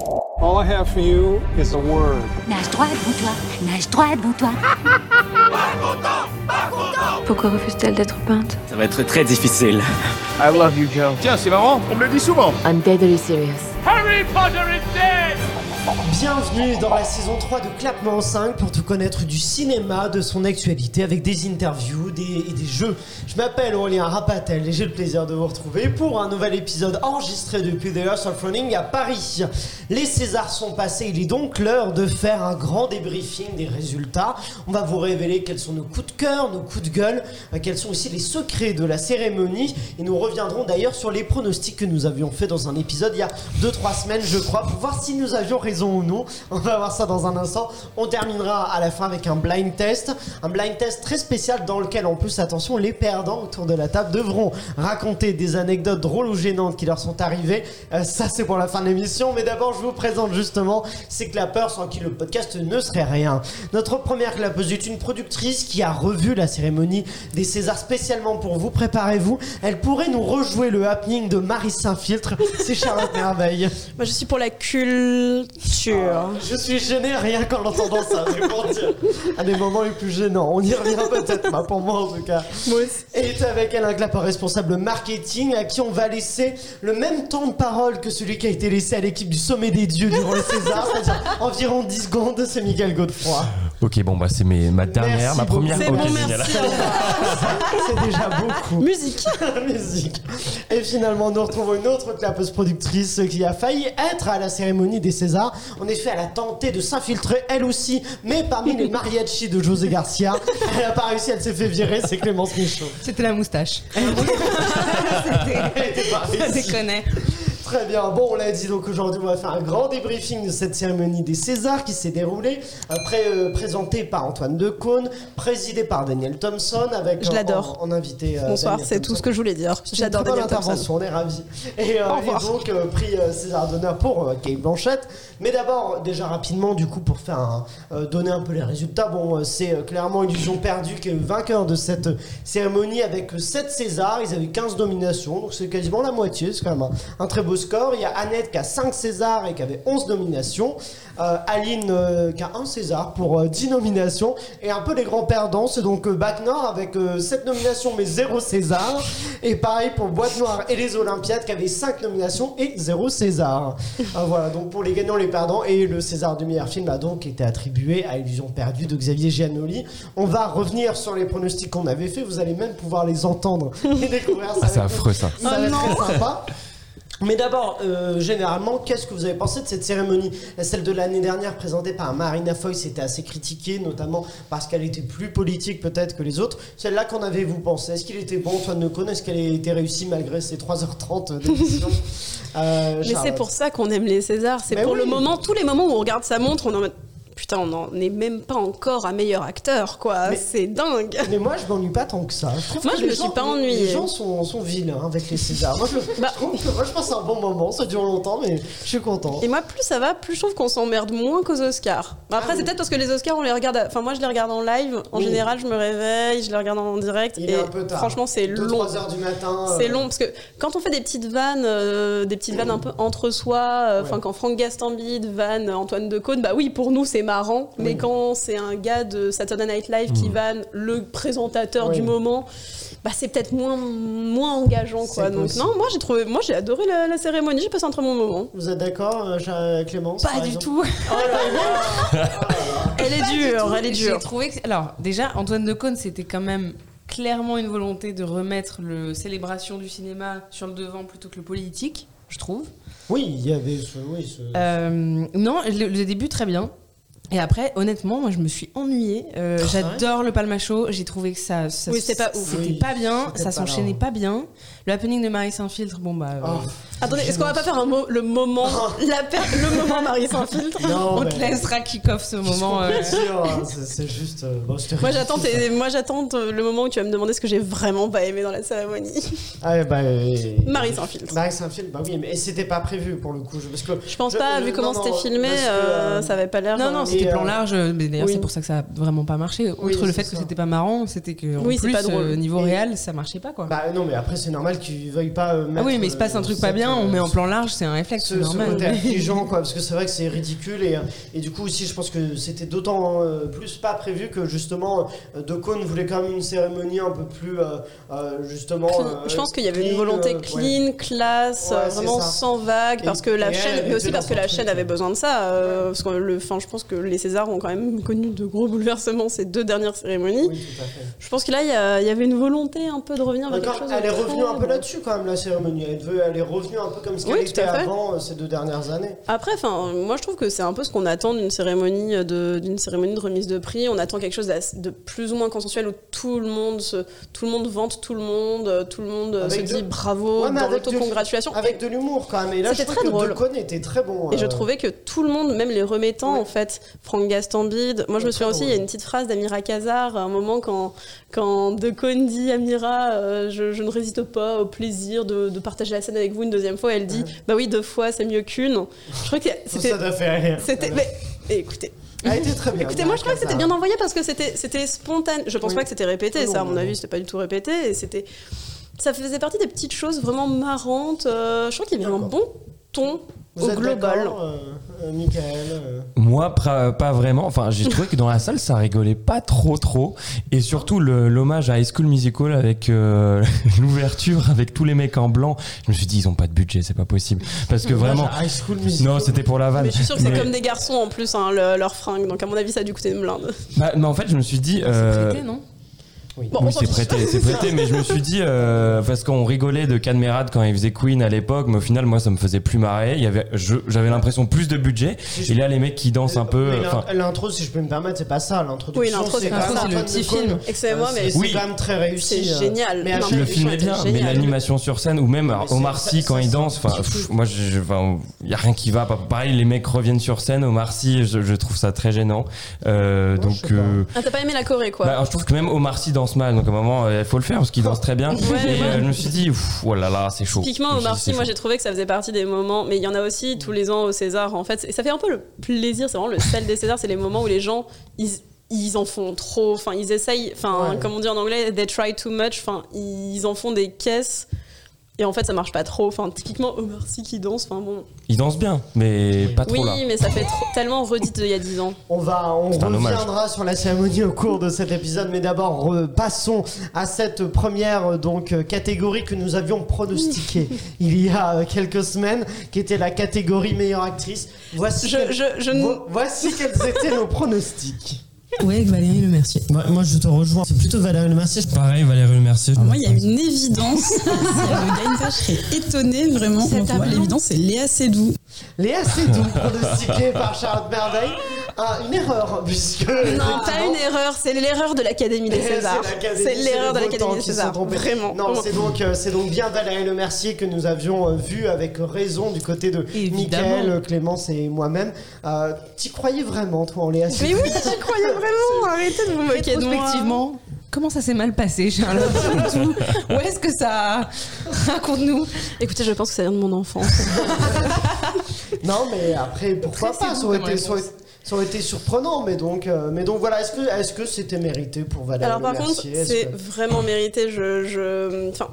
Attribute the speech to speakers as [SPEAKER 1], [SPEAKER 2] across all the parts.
[SPEAKER 1] I have for you is a word.
[SPEAKER 2] Nage droit devant toi, nage droit devant toi.
[SPEAKER 3] Pourquoi refuse-t-elle d'être peinte
[SPEAKER 4] Ça va être très difficile.
[SPEAKER 5] I love you, Joe.
[SPEAKER 6] Tiens, c'est marrant, on me le dit souvent.
[SPEAKER 7] I'm deadly serious.
[SPEAKER 8] Harry Potter is dead
[SPEAKER 9] Bienvenue dans la saison 3 de Clapement 5 pour tout connaître du cinéma, de son actualité avec des interviews des, et des jeux. Je m'appelle Aurélien Rapatel et j'ai le plaisir de vous retrouver pour un nouvel épisode enregistré depuis The Lost of Running à Paris. Les Césars sont passés, il est donc l'heure de faire un grand débriefing des résultats. On va vous révéler quels sont nos coups de cœur, nos coups de gueule, euh, quels sont aussi les secrets de la cérémonie et nous reviendrons d'ailleurs sur les pronostics que nous avions fait dans un épisode il y a 2-3 semaines je crois pour voir si nous avions raison ou non. On va voir ça dans un instant. On terminera à la fin avec un blind test. Un blind test très spécial dans lequel, en plus, attention, les perdants autour de la table devront raconter des anecdotes drôles ou gênantes qui leur sont arrivées. Euh, ça, c'est pour la fin de l'émission. Mais d'abord, je vous présente justement ces clappeurs sans qui le podcast ne serait rien. Notre première clappeuse est une productrice qui a revu la cérémonie des Césars spécialement pour vous. Préparez-vous. Elle pourrait nous rejouer le happening de Marie Saint-Filtre. C'est Charlotte Merveille.
[SPEAKER 10] Moi, je suis pour la culture.
[SPEAKER 9] Je suis gêné rien qu'en entendant ça, c'est pour dire. Un des moments les plus gênants. On y revient peut-être, pas pour moi en tout cas.
[SPEAKER 10] Moi aussi.
[SPEAKER 9] Et avec Alain Clapin, responsable marketing, à qui on va laisser le même temps de parole que celui qui a été laissé à l'équipe du Sommet des Dieux durant le César, c'est-à-dire environ 10 secondes, c'est Miguel Godefroy.
[SPEAKER 11] Ok, bon, bah c'est mes- ma dernière,
[SPEAKER 9] Merci
[SPEAKER 11] ma première.
[SPEAKER 10] C'est
[SPEAKER 11] Ok,
[SPEAKER 10] bon,
[SPEAKER 11] génial.
[SPEAKER 10] merci. au revoir.
[SPEAKER 9] C'est déjà beaucoup.
[SPEAKER 10] Musique.
[SPEAKER 9] musique. Et finalement, nous retrouvons une autre clapeuse productrice qui a failli être à la cérémonie des Césars. En effet, elle a tenté de s'infiltrer elle aussi, mais parmi les mariachis de José Garcia, elle a pas réussi, elle s'est fait virer, c'est Clémence Michaud.
[SPEAKER 12] C'était la moustache.
[SPEAKER 9] Elle était pas
[SPEAKER 12] Je
[SPEAKER 9] réussie.
[SPEAKER 12] déconnais.
[SPEAKER 9] Très bien, bon on l'a dit, donc aujourd'hui on va faire un grand débriefing de cette cérémonie des Césars qui s'est déroulée, après présentée par Antoine Decaune, présidée par Daniel Thompson, avec
[SPEAKER 10] Je
[SPEAKER 9] en-
[SPEAKER 10] l'adore.
[SPEAKER 9] en, en invité. euh,
[SPEAKER 10] Bonsoir,
[SPEAKER 9] Daniel
[SPEAKER 10] c'est tout
[SPEAKER 9] Thompson.
[SPEAKER 10] ce que je voulais dire.
[SPEAKER 9] C'est une
[SPEAKER 10] J'adore
[SPEAKER 9] très bonne
[SPEAKER 10] Daniel Thompson.
[SPEAKER 9] intervention, on est ravis. Et, euh,
[SPEAKER 10] Au
[SPEAKER 9] et
[SPEAKER 10] revoir.
[SPEAKER 9] donc, euh, prix euh, César d'honneur pour euh, Kate Blanchette. Mais d'abord, déjà rapidement, du coup, pour faire un- euh, donner un peu les résultats, bon, euh, c'est euh, clairement Illusion Perdue qui est vainqueur de cette euh, cérémonie avec 7 Césars. Ils avaient 15 nominations, donc c'est quasiment la moitié, c'est quand même un, un très beau score. Il y a Annette qui a 5 Césars et qui avait 11 nominations. Euh, Aline euh, qui a 1 César pour euh, 10 nominations. Et un peu les grands perdants, c'est donc euh, Bac Nord avec 7 nominations mais 0 César. Et pareil pour Boîte Noire et les Olympiades qui avaient 5 nominations et 0 César. Euh, voilà, donc pour les gagnants, les perdants. Et le César du meilleur film a donc été attribué à Illusion perdue de Xavier Giannoli. On va revenir sur les pronostics qu'on avait fait. Vous allez même pouvoir les entendre et découvrir ça.
[SPEAKER 11] Ah, c'est
[SPEAKER 9] avec nous.
[SPEAKER 11] affreux ça.
[SPEAKER 9] Ça va être très sympa. Oh Mais d'abord, euh, généralement, qu'est-ce que vous avez pensé de cette cérémonie Celle de l'année dernière présentée par Marina Foy, c'était assez critiqué, notamment parce qu'elle était plus politique peut-être que les autres. Celle-là, qu'en avez-vous pensé Est-ce qu'il était bon, Antoine Necon Est-ce qu'elle a été réussie malgré ses 3h30 d'émission Euh,
[SPEAKER 10] Mais c'est
[SPEAKER 9] Charlotte.
[SPEAKER 10] pour ça qu'on aime les Césars. C'est
[SPEAKER 9] Mais
[SPEAKER 10] pour
[SPEAKER 9] oui.
[SPEAKER 10] le moment, tous les moments où on regarde sa montre, on est en mode. Putain, on n'en est même pas encore à meilleur acteur, quoi.
[SPEAKER 9] Mais-
[SPEAKER 10] C'est dingue.
[SPEAKER 9] Mais moi, je m'ennuie pas tant que ça. Je trouve
[SPEAKER 10] Moi,
[SPEAKER 9] que
[SPEAKER 10] je
[SPEAKER 9] les
[SPEAKER 10] me suis
[SPEAKER 9] gens-
[SPEAKER 10] pas
[SPEAKER 9] Les
[SPEAKER 10] ennuyée.
[SPEAKER 9] gens sont, sont vilains avec les Césars. Moi, je,
[SPEAKER 10] Bah.
[SPEAKER 9] je trouve que- moi, je pense que c'est un bon moment. Ça dure longtemps, mais je suis content.
[SPEAKER 10] Et moi, plus ça va, plus je trouve qu'on s'emmerde moins qu'aux Oscars. Bah, après,
[SPEAKER 9] Ah oui.
[SPEAKER 10] c'est peut-être parce que les Oscars, on les regarde. à- Enfin, moi, je les regarde en live. En
[SPEAKER 9] Oui.
[SPEAKER 10] général, je me réveille, je les regarde en direct.
[SPEAKER 9] Il
[SPEAKER 10] et
[SPEAKER 9] est un peu tard.
[SPEAKER 10] franchement, c'est
[SPEAKER 9] Deux,
[SPEAKER 10] long.
[SPEAKER 9] trois heures du matin.
[SPEAKER 10] C'est
[SPEAKER 9] euh,
[SPEAKER 10] long parce que quand on fait des petites vannes, euh, des petites vannes un peu entre soi, euh, enfin
[SPEAKER 9] Ouais.
[SPEAKER 10] quand Franck Gastambide vanne Antoine Decaune, bah oui pour nous c'est marrant, mais quand c'est un gars de Saturday Night Live qui vanne le présentateur
[SPEAKER 9] Mm. Oui.
[SPEAKER 10] du moment, bah c'est peut-être moins moins engageant quoi.
[SPEAKER 9] C'est
[SPEAKER 10] Donc
[SPEAKER 9] possible.
[SPEAKER 10] non, moi j'ai trouvé, moi j'ai adoré la, la cérémonie, j'ai passé un très bon moment.
[SPEAKER 9] Vous êtes d'accord, euh, Jean- Clémence
[SPEAKER 12] Pas
[SPEAKER 9] par
[SPEAKER 12] du
[SPEAKER 9] exemple
[SPEAKER 12] tout.
[SPEAKER 9] Oh là là.
[SPEAKER 10] Elle est
[SPEAKER 12] Pas du
[SPEAKER 10] dure,
[SPEAKER 12] tout.
[SPEAKER 10] elle est
[SPEAKER 12] J'ai
[SPEAKER 10] dure.
[SPEAKER 12] trouvé que- Alors, déjà, Antoine Decaune, c'était quand même clairement une volonté de remettre le célébration du cinéma sur le devant plutôt que le politique, je trouve.
[SPEAKER 9] Oui, il y avait ce. Oui, ce...
[SPEAKER 12] Euh, non, le, le début très bien. Et après, honnêtement, moi je me suis ennuyée. Euh,
[SPEAKER 9] Ah,
[SPEAKER 12] J'adore le Palma Show. J'ai trouvé que ça, ça-
[SPEAKER 10] Oui, c'était pas ouf.
[SPEAKER 12] c'était
[SPEAKER 9] Oui,
[SPEAKER 12] pas bien,
[SPEAKER 9] c'était
[SPEAKER 12] ça
[SPEAKER 9] pas
[SPEAKER 12] s'enchaînait
[SPEAKER 9] là.
[SPEAKER 12] pas bien. Le happening de Marie Saint-Filtre, bon bah. euh,
[SPEAKER 9] Oh,
[SPEAKER 10] Attendez, est-ce qu'on va pas faire un mo- le moment, la per- le moment Marie sans filtre
[SPEAKER 9] non,
[SPEAKER 12] on
[SPEAKER 9] mais-
[SPEAKER 12] te laissera kick off ce
[SPEAKER 9] Qu'est-ce qu'on
[SPEAKER 12] moment.
[SPEAKER 9] peut
[SPEAKER 12] euh,
[SPEAKER 9] dire, hein, c'est- C'est juste. euh, bon, c'était
[SPEAKER 10] Moi j'attends,
[SPEAKER 9] ridicule,
[SPEAKER 10] tes- moi j'attends euh, le moment où tu vas me demander ce que j'ai vraiment pas aimé dans la cérémonie.
[SPEAKER 9] ça. Ah, ouais, bah, euh,
[SPEAKER 10] Marie sans filtre.
[SPEAKER 9] Marie Saint-Phil, bah oui, mais c'était pas prévu pour le coup. je- Parce que
[SPEAKER 10] Je pense pas, vu comment
[SPEAKER 9] euh, non,
[SPEAKER 10] c'était
[SPEAKER 9] non,
[SPEAKER 10] filmé,
[SPEAKER 9] parce que,
[SPEAKER 10] euh,
[SPEAKER 9] euh,
[SPEAKER 10] ça avait pas l'air.
[SPEAKER 12] Non,
[SPEAKER 10] euh,
[SPEAKER 12] non, c'était
[SPEAKER 9] Et,
[SPEAKER 12] plan
[SPEAKER 9] euh,
[SPEAKER 12] large. Mais d'ailleurs,
[SPEAKER 9] oui.
[SPEAKER 12] c'est pour ça que ça a vraiment pas marché. Outre
[SPEAKER 9] Oui,
[SPEAKER 12] le
[SPEAKER 9] c'est
[SPEAKER 12] fait que
[SPEAKER 9] ça.
[SPEAKER 12] c'était pas marrant, c'était que en
[SPEAKER 10] Oui, c'est
[SPEAKER 12] plus,
[SPEAKER 10] pas drôle.
[SPEAKER 12] euh, niveau
[SPEAKER 9] Et-
[SPEAKER 12] réel, ça marchait pas quoi.
[SPEAKER 9] Bah non, mais après, c'est normal normal qu'ils veuillent pas. euh,
[SPEAKER 12] Ah oui,
[SPEAKER 9] mettre,
[SPEAKER 12] mais il se passe un
[SPEAKER 9] euh,
[SPEAKER 12] truc pas
[SPEAKER 9] cette,
[SPEAKER 12] bien, on
[SPEAKER 9] euh,
[SPEAKER 12] met en plan large, c'est un réflexe
[SPEAKER 9] ce,
[SPEAKER 12] c'est
[SPEAKER 9] ce
[SPEAKER 12] normal.
[SPEAKER 9] côté intelligent, quoi, parce que c'est vrai que c'est ridicule. Et, et du coup, aussi, je pense que c'était d'autant euh, plus pas prévu que justement, euh, De Caunes voulait quand même une cérémonie un peu plus, euh, euh, justement.
[SPEAKER 10] Clean.
[SPEAKER 9] euh,
[SPEAKER 10] Je pense qu'il y avait une
[SPEAKER 9] clean,
[SPEAKER 10] volonté
[SPEAKER 9] euh, ouais.
[SPEAKER 10] clean, classe,
[SPEAKER 9] Ouais,
[SPEAKER 10] euh,
[SPEAKER 9] c'est
[SPEAKER 10] vraiment
[SPEAKER 9] ça.
[SPEAKER 10] sans vague,
[SPEAKER 9] Et-
[SPEAKER 10] parce que la
[SPEAKER 9] et elle,
[SPEAKER 10] chaîne,
[SPEAKER 9] elle
[SPEAKER 10] mais aussi
[SPEAKER 9] était
[SPEAKER 10] parce
[SPEAKER 9] dans
[SPEAKER 10] que
[SPEAKER 9] son
[SPEAKER 10] la
[SPEAKER 9] truc,
[SPEAKER 10] chaîne
[SPEAKER 9] ouais.
[SPEAKER 10] avait besoin de ça. euh, Parce que le, enfin, je pense que les Césars ont quand même connu de gros bouleversements ces deux dernières cérémonies.
[SPEAKER 9] Oui, tout à fait.
[SPEAKER 10] Je pense que là, il y, a- il y avait une volonté un peu de revenir vers Ah, bah, quelque
[SPEAKER 9] D'accord,
[SPEAKER 10] chose. de
[SPEAKER 9] elle est
[SPEAKER 10] très-
[SPEAKER 9] revenue un peu là-dessus quand même la cérémonie. Elle, veut, elle est revenue un peu comme ce qu'elle
[SPEAKER 10] Oui, tout
[SPEAKER 9] était
[SPEAKER 10] à fait.
[SPEAKER 9] avant euh, ces deux dernières années.
[SPEAKER 10] Après, enfin, moi je trouve que c'est un peu ce qu'on attend d'une cérémonie euh, de d'une cérémonie de remise de prix. On attend quelque chose d'ass- de plus ou moins consensuel où tout le monde se, tout le monde vante, tout le monde, euh, tout le monde euh, se
[SPEAKER 9] Ah, Avec de-
[SPEAKER 10] dit bravo
[SPEAKER 9] Ouais, mais
[SPEAKER 10] dans
[SPEAKER 9] avec de-
[SPEAKER 10] l'autocongratulation.
[SPEAKER 9] Avec de l'humour quand même. Et là, je
[SPEAKER 10] C'était
[SPEAKER 9] trouve
[SPEAKER 10] très
[SPEAKER 9] que
[SPEAKER 10] drôle.
[SPEAKER 9] De Caunes était très bon.
[SPEAKER 10] Et je
[SPEAKER 9] euh,
[SPEAKER 10] trouvais que tout le monde, même les remettants,
[SPEAKER 9] Ouais.
[SPEAKER 10] en fait, Franck Gastambide. Moi, je
[SPEAKER 9] Ouais,
[SPEAKER 10] me souviens
[SPEAKER 9] très
[SPEAKER 10] aussi, il y
[SPEAKER 9] drôle.
[SPEAKER 10] a une petite phrase d'Amira Kazar, à un moment, quand, quand De Cohen dit à Amira, euh, je, je ne résiste pas au plaisir de, de partager la scène avec vous une deuxième fois, elle dit, bah oui, deux fois, c'est mieux qu'une. Je crois que
[SPEAKER 9] Ça,
[SPEAKER 10] c'était.
[SPEAKER 9] ça t'a fait rire.
[SPEAKER 10] C'était. Mais écoutez.
[SPEAKER 9] Elle était très bien.
[SPEAKER 10] Écoutez, moi je crois que c'était bien envoyé parce que c'était c'était spontané. Je pense
[SPEAKER 9] Oui.
[SPEAKER 10] pas que c'était répété,
[SPEAKER 9] Non,
[SPEAKER 10] ça à
[SPEAKER 9] non,
[SPEAKER 10] mon
[SPEAKER 9] non.
[SPEAKER 10] avis, c'était pas du tout répété. Et c'était, ça faisait partie des petites choses vraiment marrantes. euh, je crois qu'il y avait un
[SPEAKER 9] D'accord.
[SPEAKER 10] bon ton
[SPEAKER 9] Vous
[SPEAKER 10] au
[SPEAKER 9] êtes
[SPEAKER 10] global.
[SPEAKER 9] d'accord, euh, euh, Michael. euh,
[SPEAKER 11] Moi, pra- pas vraiment. Enfin, j'ai trouvé que dans la salle, ça rigolait pas trop, trop. Et surtout, le- l'hommage à High School Musical avec euh, l'ouverture, avec tous les mecs en blanc. Je me suis dit, ils ont pas de budget, c'est pas possible. Parce que vraiment.
[SPEAKER 9] High School Musical.
[SPEAKER 11] Non, c'était pour la
[SPEAKER 9] Ah,
[SPEAKER 11] vanne.
[SPEAKER 10] Mais je suis sûre que c'est
[SPEAKER 11] Mais-
[SPEAKER 10] comme des garçons en plus, hein, le- leur fringue. Donc à mon avis, ça a dû coûter une blinde.
[SPEAKER 11] bah, mais en fait, je me suis dit.
[SPEAKER 12] C'est
[SPEAKER 11] euh,
[SPEAKER 12] prêté, non
[SPEAKER 10] Bon, on
[SPEAKER 11] oui,
[SPEAKER 10] s'en
[SPEAKER 11] c'est
[SPEAKER 10] fiche.
[SPEAKER 11] prêté, c'est prêté, mais je me suis dit, euh, parce qu'on rigolait de Cadmerade quand il faisait Queen à l'époque, mais au final, moi, ça me faisait plus marrer. Il y avait, je- j'avais l'impression plus de budget. Et là, les mecs qui dansent un peu.
[SPEAKER 9] Mais l'in-
[SPEAKER 11] enfin,
[SPEAKER 9] L'intro, si je peux me permettre, c'est pas ça. L'introduction,
[SPEAKER 10] Oui, l'intro, c'est
[SPEAKER 9] quand
[SPEAKER 10] pas
[SPEAKER 9] même
[SPEAKER 10] ça.
[SPEAKER 9] Antoine
[SPEAKER 12] C'est le petit
[SPEAKER 9] de Gaulle.
[SPEAKER 12] film.
[SPEAKER 10] Excusez-moi,
[SPEAKER 9] Euh,
[SPEAKER 10] mais-
[SPEAKER 9] c'est
[SPEAKER 11] Oui.
[SPEAKER 9] quand même très réussi.
[SPEAKER 10] C'est
[SPEAKER 9] euh.
[SPEAKER 10] génial.
[SPEAKER 9] Mais à
[SPEAKER 10] Non,
[SPEAKER 9] chaque-
[SPEAKER 11] le
[SPEAKER 10] mais
[SPEAKER 11] film est
[SPEAKER 10] était
[SPEAKER 11] bien, mais
[SPEAKER 10] génial.
[SPEAKER 11] l'animation sur scène, ou même alors,
[SPEAKER 9] c'est-
[SPEAKER 11] Omar
[SPEAKER 9] ça-
[SPEAKER 11] Sy
[SPEAKER 9] ça-
[SPEAKER 11] quand
[SPEAKER 9] ça-
[SPEAKER 11] il danse, enfin,
[SPEAKER 9] surtout-
[SPEAKER 11] pff, moi, je- je- enfin, il y a rien qui va. pas- Pareil, les mecs reviennent sur scène, Omar Sy, je, je trouve ça très gênant.
[SPEAKER 9] Moi,
[SPEAKER 11] Euh,
[SPEAKER 9] je sais
[SPEAKER 11] donc,
[SPEAKER 9] pas.
[SPEAKER 11] euh,
[SPEAKER 10] Ah, t'as pas aimé la Corée, quoi.
[SPEAKER 11] Bah, je trouve que même Omar Sy danse mal, donc à un moment, euh, il faut le faire parce qu'il danse très bien.
[SPEAKER 10] Ouais,
[SPEAKER 11] et
[SPEAKER 10] ouais.
[SPEAKER 11] euh, je me suis dit, ouf, oh là là, c'est chaud.
[SPEAKER 10] Typiquement,
[SPEAKER 11] Je me
[SPEAKER 10] Omar
[SPEAKER 11] suis
[SPEAKER 10] Sy,
[SPEAKER 11] dit,
[SPEAKER 10] moi
[SPEAKER 11] c'est
[SPEAKER 10] j'ai trouvé que ça faisait partie des moments, mais il y en a aussi tous les ans au César en fait. Et ça fait un peu le plaisir, c'est vraiment le sel des Césars, c'est les moments où les gens ils, ils en font trop, enfin ils essayent, enfin
[SPEAKER 9] Ouais.
[SPEAKER 10] comme on dit en anglais, they try too much, enfin ils en font des caisses et en fait ça marche pas trop. Enfin typiquement Omar Sy qui danse, enfin bon.
[SPEAKER 11] chaud. Il danse bien, mais pas
[SPEAKER 10] oui,
[SPEAKER 11] trop là.
[SPEAKER 10] mais ça fait trop- tellement redite d'il y a 10 ans.
[SPEAKER 9] On va, on
[SPEAKER 11] C'est un hommage.
[SPEAKER 9] reviendra sur la cérémonie au cours de cet épisode, mais d'abord re- passons à cette première euh, donc euh, catégorie que nous avions pronostiquée il y a euh, quelques semaines, qui était la catégorie meilleure actrice. Voici,
[SPEAKER 10] Je,
[SPEAKER 9] quelles-
[SPEAKER 10] je, je ne-
[SPEAKER 9] vo- voici quels étaient nos pronostics.
[SPEAKER 4] Oui, avec Valérie Le Mercier.
[SPEAKER 9] Moi, je te rejoins. C'est plutôt Valérie Le Mercier.
[SPEAKER 11] Pareil, Valérie Le Mercier.
[SPEAKER 10] Ah,
[SPEAKER 4] Moi, il y a une évidence. Si elle ne gagne pas, je serais étonnée, vraiment.
[SPEAKER 3] Ça
[SPEAKER 4] Moi, pour moi,
[SPEAKER 3] t'a-
[SPEAKER 4] L'évidence, c'est Léa Seydoux.
[SPEAKER 9] Léa Seydoux, pronostiquée par Charlotte Merveille. Ah, une erreur, puisque.
[SPEAKER 10] Non, pas une erreur, c'est l'erreur de l'Académie des Césars. C'est l'erreur de l'Académie des Césars. Vraiment.
[SPEAKER 9] Non, c'est donc, euh, c'est donc bien Valérie Le Mercier que nous avions euh, vu avec raison du côté de
[SPEAKER 12] Évidemment.
[SPEAKER 9] Mickaël, euh, Clémence et moi-même. Euh, T'y croyais vraiment, toi, en Léa
[SPEAKER 10] Mais
[SPEAKER 9] Seydoux
[SPEAKER 10] oui, j'y croyais vraiment. Arrêtez de vous moquer de moi.
[SPEAKER 12] Rétrospectivement, comment ça s'est mal passé, Charlotte surtout Où est-ce que ça. Raconte-nous
[SPEAKER 10] Écoutez, je pense que ça vient de mon enfance.
[SPEAKER 9] Non, mais après, pourquoi
[SPEAKER 12] Très
[SPEAKER 9] pas Ça
[SPEAKER 12] séduite
[SPEAKER 9] aurait
[SPEAKER 12] comme
[SPEAKER 9] été. ça aurait- ça aurait été surprenant, mais donc, euh, mais donc voilà, est-ce que est-ce que c'était mérité pour Valérie
[SPEAKER 10] Alors
[SPEAKER 9] Le
[SPEAKER 10] par contre,
[SPEAKER 9] Mercier Euh, Est-ce
[SPEAKER 10] c'est
[SPEAKER 9] que-
[SPEAKER 10] vraiment mérité. Je, je, enfin,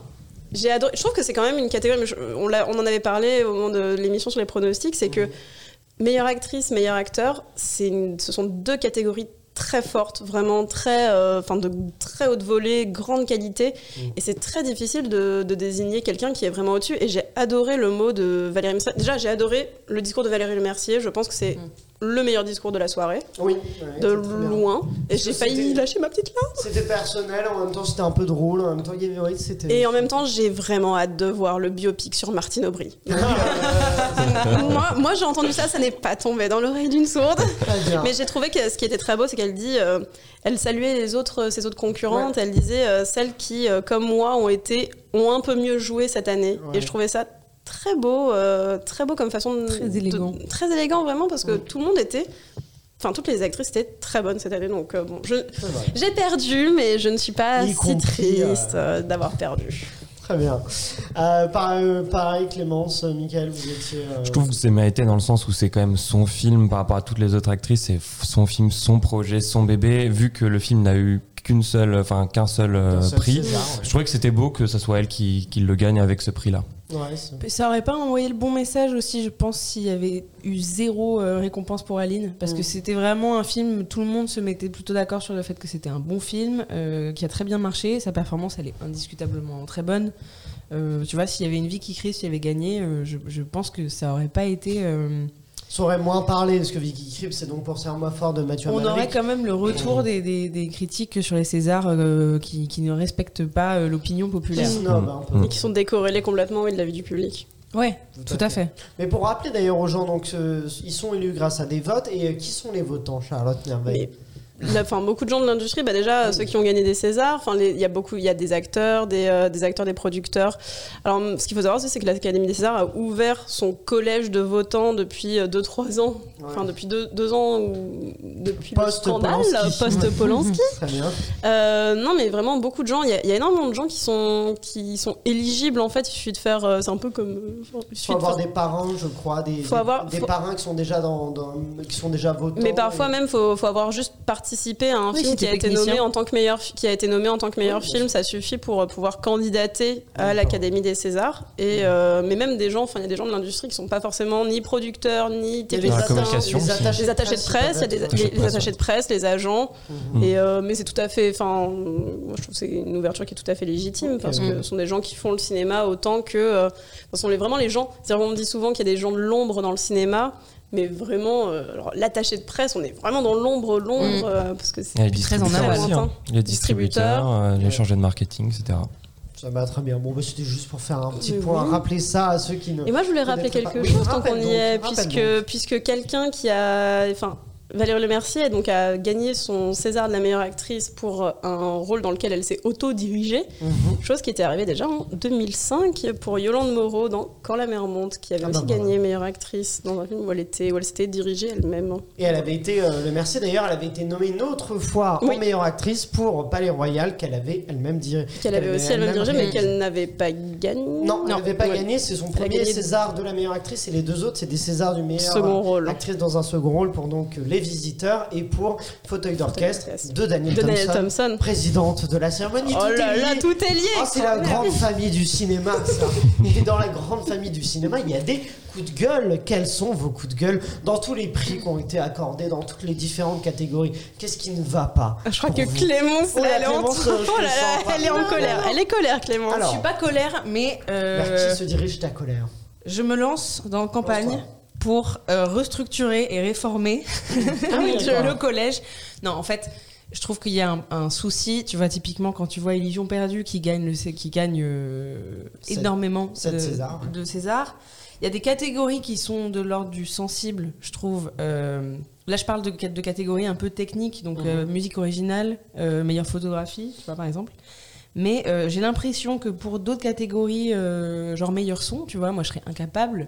[SPEAKER 10] j'ai adoré. Je trouve que c'est quand même une catégorie. mais je- on, l'a- on en avait parlé au moment de l'émission sur les pronostics, c'est
[SPEAKER 9] Mm.
[SPEAKER 10] que meilleure actrice, meilleur acteur, c'est une- ce sont deux catégories très fortes, vraiment très, euh, enfin de très haute volée, grande qualité,
[SPEAKER 9] Mm.
[SPEAKER 10] et c'est très difficile de, de désigner quelqu'un qui est vraiment au-dessus. Et j'ai adoré le mot de Valérie. Mercier. Déjà, j'ai adoré le discours de Valérie Le Mercier. Je pense que c'est le meilleur discours de la soirée,
[SPEAKER 9] oui, ouais,
[SPEAKER 10] de
[SPEAKER 9] c'est très bien.
[SPEAKER 10] loin. Et
[SPEAKER 9] Parce
[SPEAKER 10] j'ai
[SPEAKER 9] que c'était-
[SPEAKER 10] failli lâcher ma petite larme.
[SPEAKER 9] C'était personnel, en même temps c'était un peu drôle, en même temps il y avait ouais, c'était.
[SPEAKER 10] Et en même temps, j'ai vraiment hâte de voir le biopic sur Martine Aubry.
[SPEAKER 9] Ah.
[SPEAKER 10] moi, moi j'ai entendu ça, ça n'est pas tombé dans l'oreille d'une sourde.
[SPEAKER 9] Très bien.
[SPEAKER 10] Mais j'ai trouvé que ce qui était très beau, c'est qu'elle dit, euh, elle saluait les autres, euh, ses autres concurrentes. Elle disait euh, celles qui, euh, comme moi, ont été, ont un peu mieux joué cette année.
[SPEAKER 9] Ouais.
[SPEAKER 10] Et je trouvais ça très beau, euh, très beau comme façon de,
[SPEAKER 12] Très
[SPEAKER 10] de-
[SPEAKER 12] élégant.
[SPEAKER 10] très élégant vraiment parce que tout le monde était. Enfin, toutes les actrices étaient très bonnes cette année, donc euh, bon, je-
[SPEAKER 9] vrai.
[SPEAKER 10] j'ai perdu, mais je ne suis pas
[SPEAKER 9] Y
[SPEAKER 10] si
[SPEAKER 9] compris, euh,
[SPEAKER 10] triste euh, d'avoir perdu.
[SPEAKER 9] Très bien. Euh, par- euh, pareil, Clémence, euh, Michael, vous étiez. euh,
[SPEAKER 11] Je trouve que c'est mérité dans le sens où c'est quand même son film par rapport à toutes les autres actrices, c'est f- son film, son projet, son bébé. Vu que le film n'a eu qu'une seule, enfin qu'un seul, euh,
[SPEAKER 9] Qu'un seul
[SPEAKER 11] prix.
[SPEAKER 9] César, ouais.
[SPEAKER 11] Je trouvais que c'était beau que ça soit elle qui, qui le gagne avec ce prix-là.
[SPEAKER 9] Ouais, c'est-
[SPEAKER 12] Ça aurait pas envoyé le bon message aussi, je pense, s'il y avait eu zéro euh, récompense pour Aline. Parce que c'était vraiment un film, tout le monde se mettait plutôt d'accord sur le fait que c'était un bon film, euh, qui a très bien marché. Sa performance, elle est indiscutablement très bonne. Euh, tu vois, s'il y avait une vie qui crie, s'il y avait gagné, euh, je, je pense que ça aurait pas été. euh,
[SPEAKER 9] Ça aurait moins parlé, parce que Vicky Krieps, c'est donc pour Serre-moi fort de Mathieu
[SPEAKER 12] on
[SPEAKER 9] Amalric.
[SPEAKER 12] aurait quand même le retour des, des- des critiques sur les Césars euh, qui, qui ne respectent pas euh, l'opinion
[SPEAKER 9] Qui
[SPEAKER 12] populaire.
[SPEAKER 9] snob hein, un peu.
[SPEAKER 11] Mm.
[SPEAKER 10] Qui sont décorrélés complètement oui, de la vie du public.
[SPEAKER 12] Ouais,
[SPEAKER 9] Tout à
[SPEAKER 12] Mm. tout à fait.
[SPEAKER 9] Mais pour rappeler d'ailleurs aux gens, donc, ce- ils sont élus grâce à des votes. Et euh, qui sont les votants, Charlotte Merveille
[SPEAKER 10] Là, enfin, beaucoup de gens de l'industrie, bah déjà ceux qui ont gagné des Césars, enfin, les- il y a beaucoup, il y a des acteurs, des, euh, des acteurs, des producteurs. Alors, ce qu'il faut savoir, aussi, c'est que l'Académie des Césars a ouvert son collège de votants depuis 2-3 ans, enfin depuis 2 ans ou depuis le
[SPEAKER 9] Post
[SPEAKER 10] scandale
[SPEAKER 9] Polanski.
[SPEAKER 10] post-Polanski.
[SPEAKER 9] Très bien.
[SPEAKER 10] Euh, non, mais vraiment beaucoup de gens. Il y, a- il y a énormément de gens qui sont qui sont éligibles en fait. Il suffit de faire. euh, C'est un peu comme. euh, il
[SPEAKER 9] Il
[SPEAKER 10] suffit
[SPEAKER 9] faut
[SPEAKER 10] de
[SPEAKER 9] avoir
[SPEAKER 10] faire-
[SPEAKER 9] des parents, je crois, des,
[SPEAKER 10] Faut
[SPEAKER 9] des-
[SPEAKER 10] avoir-
[SPEAKER 9] des
[SPEAKER 10] faut-
[SPEAKER 9] parrains qui sont déjà dans, dans- qui sont déjà votants.
[SPEAKER 10] Mais parfois
[SPEAKER 9] et-
[SPEAKER 10] même, faut, faut avoir juste participé à un
[SPEAKER 12] Oui,
[SPEAKER 10] film
[SPEAKER 12] si
[SPEAKER 10] qui
[SPEAKER 12] t'es
[SPEAKER 10] a été
[SPEAKER 12] technicien.
[SPEAKER 10] nommé en tant que meilleur fi- qui a été nommé en tant que meilleur
[SPEAKER 9] Oui, bien
[SPEAKER 10] film. Ça suffit pour euh, pouvoir candidater à
[SPEAKER 9] D'accord.
[SPEAKER 10] l'Académie des Césars. Et euh, mais même des gens, enfin il y a des gens de l'industrie qui sont pas forcément ni producteurs ni
[SPEAKER 9] Il y a
[SPEAKER 11] Dans la
[SPEAKER 10] techniciens.
[SPEAKER 11] communication
[SPEAKER 9] les
[SPEAKER 11] aussi.
[SPEAKER 9] attachés,
[SPEAKER 10] Les attachés de presse, il y a des,
[SPEAKER 11] Attachés de
[SPEAKER 10] les- les
[SPEAKER 11] presse,
[SPEAKER 10] attachés de presse, les agents. Et, euh, mais c'est tout à fait. Enfin, moi, je trouve que c'est une ouverture qui est tout à fait légitime parce que ce sont des gens qui font le cinéma autant que. euh, ce sont les, vraiment les gens. C'est-à-dire, on me dit souvent qu'il y a des gens de l'ombre dans le cinéma. Mais vraiment, euh, alors, l'attaché de presse, on est vraiment dans l'ombre, l'ombre,
[SPEAKER 9] Mm.
[SPEAKER 10] euh, parce que
[SPEAKER 11] Et
[SPEAKER 10] c'est
[SPEAKER 11] les
[SPEAKER 12] Très en
[SPEAKER 11] distributeurs
[SPEAKER 10] aval.
[SPEAKER 11] aussi, hein. Les distributeurs, euh, les chargés de marketing, etc.
[SPEAKER 9] Ça va très bien. Bon, bah, c'était juste pour faire un petit
[SPEAKER 10] Mais
[SPEAKER 9] point,
[SPEAKER 10] oui.
[SPEAKER 9] rappeler ça à ceux qui ne.
[SPEAKER 10] Et moi, je voulais rappeler
[SPEAKER 9] Peut-être pas.
[SPEAKER 10] quelque
[SPEAKER 9] Oui,
[SPEAKER 10] chose tant
[SPEAKER 9] rappelle
[SPEAKER 10] qu'on y
[SPEAKER 9] donc,
[SPEAKER 10] est,
[SPEAKER 9] rappelle
[SPEAKER 10] puisque, puisque quelqu'un qui a. Enfin, Valérie Lemercier donc, a gagné son César de la meilleure actrice pour euh, un rôle dans lequel elle s'est auto-dirigée,
[SPEAKER 9] Mhm.
[SPEAKER 10] chose qui était arrivée déjà en 2005 pour Yolande Moreau dans Quand la mer monte, qui avait
[SPEAKER 9] Ah bah
[SPEAKER 10] aussi
[SPEAKER 9] voilà.
[SPEAKER 10] gagné meilleure actrice dans un film où elle était- où elle s'était dirigée elle-même. hein.
[SPEAKER 9] Et elle avait été, euh, le merci d'ailleurs, elle avait été nommée une autre fois en
[SPEAKER 10] Oui.
[SPEAKER 9] meilleure actrice pour Palais Royal qu'elle avait elle-même dirigé.
[SPEAKER 10] Qu'elle avait aussi elle-même dirigée, mais
[SPEAKER 9] réalisée.
[SPEAKER 10] qu'elle n'avait pas gagné.
[SPEAKER 9] Non, elle n'avait pas
[SPEAKER 10] Ouais.
[SPEAKER 9] gagné. C'est son
[SPEAKER 10] Elle a
[SPEAKER 9] premier
[SPEAKER 10] gagné-
[SPEAKER 9] César de la meilleure actrice et les deux autres, c'est des Césars du meilleur
[SPEAKER 10] Second
[SPEAKER 9] euh,
[SPEAKER 10] rôle.
[SPEAKER 9] actrice dans un second rôle pour donc euh, Les Visiteurs et pour Fauteuil d'orchestre
[SPEAKER 10] d'orchestre.
[SPEAKER 9] de Daniel
[SPEAKER 10] De Daniel
[SPEAKER 9] Thompson,
[SPEAKER 10] Thompson.
[SPEAKER 9] présidente de la cérémonie.
[SPEAKER 10] Oh
[SPEAKER 9] Tout
[SPEAKER 10] là
[SPEAKER 9] est
[SPEAKER 10] là,
[SPEAKER 9] lié.
[SPEAKER 10] tout est lié
[SPEAKER 9] Oh, c'est la
[SPEAKER 10] extraordinaire.
[SPEAKER 9] grande famille du cinéma, ça. Et dans la grande famille du cinéma, il y a des coups de gueule. Quels sont vos coups de gueule dans tous les prix qui ont été accordés, dans toutes les différentes catégories Qu'est-ce qui ne va pas
[SPEAKER 12] Euh,
[SPEAKER 10] Je crois
[SPEAKER 9] pour
[SPEAKER 10] que
[SPEAKER 9] vous
[SPEAKER 10] Clémence,
[SPEAKER 9] Oh là,
[SPEAKER 10] là, elle est en,
[SPEAKER 9] Clémence, je te
[SPEAKER 10] oh là là,
[SPEAKER 9] sens pas.
[SPEAKER 10] elle est en
[SPEAKER 9] Non,
[SPEAKER 10] colère.
[SPEAKER 9] non, non.
[SPEAKER 10] Elle est colère, Clémence.
[SPEAKER 9] Alors,
[SPEAKER 12] Je suis pas colère, mais euh,
[SPEAKER 9] Vers qui se dirige ta colère
[SPEAKER 12] je me lance dans la campagne
[SPEAKER 9] Lance-toi.
[SPEAKER 12] pour euh, restructurer et réformer
[SPEAKER 9] Ah
[SPEAKER 12] le collège. Non, en fait, je trouve qu'il y a un, un souci. Tu vois, typiquement, quand tu vois Illusion perdue qui gagne, le, C- qui gagne euh,
[SPEAKER 9] Sept-
[SPEAKER 12] énormément
[SPEAKER 9] sept
[SPEAKER 12] de,
[SPEAKER 9] Césars, ouais.
[SPEAKER 12] de César, il y a des catégories qui sont de l'ordre du sensible, je trouve. Euh, là, je parle de, cat- de catégories un peu techniques,
[SPEAKER 9] Mhm.
[SPEAKER 12] donc euh, musique originale, euh, meilleure photographie, tu vois, par exemple. Mais euh, j'ai l'impression que pour d'autres catégories, euh, genre meilleur son, tu vois, moi je serais incapable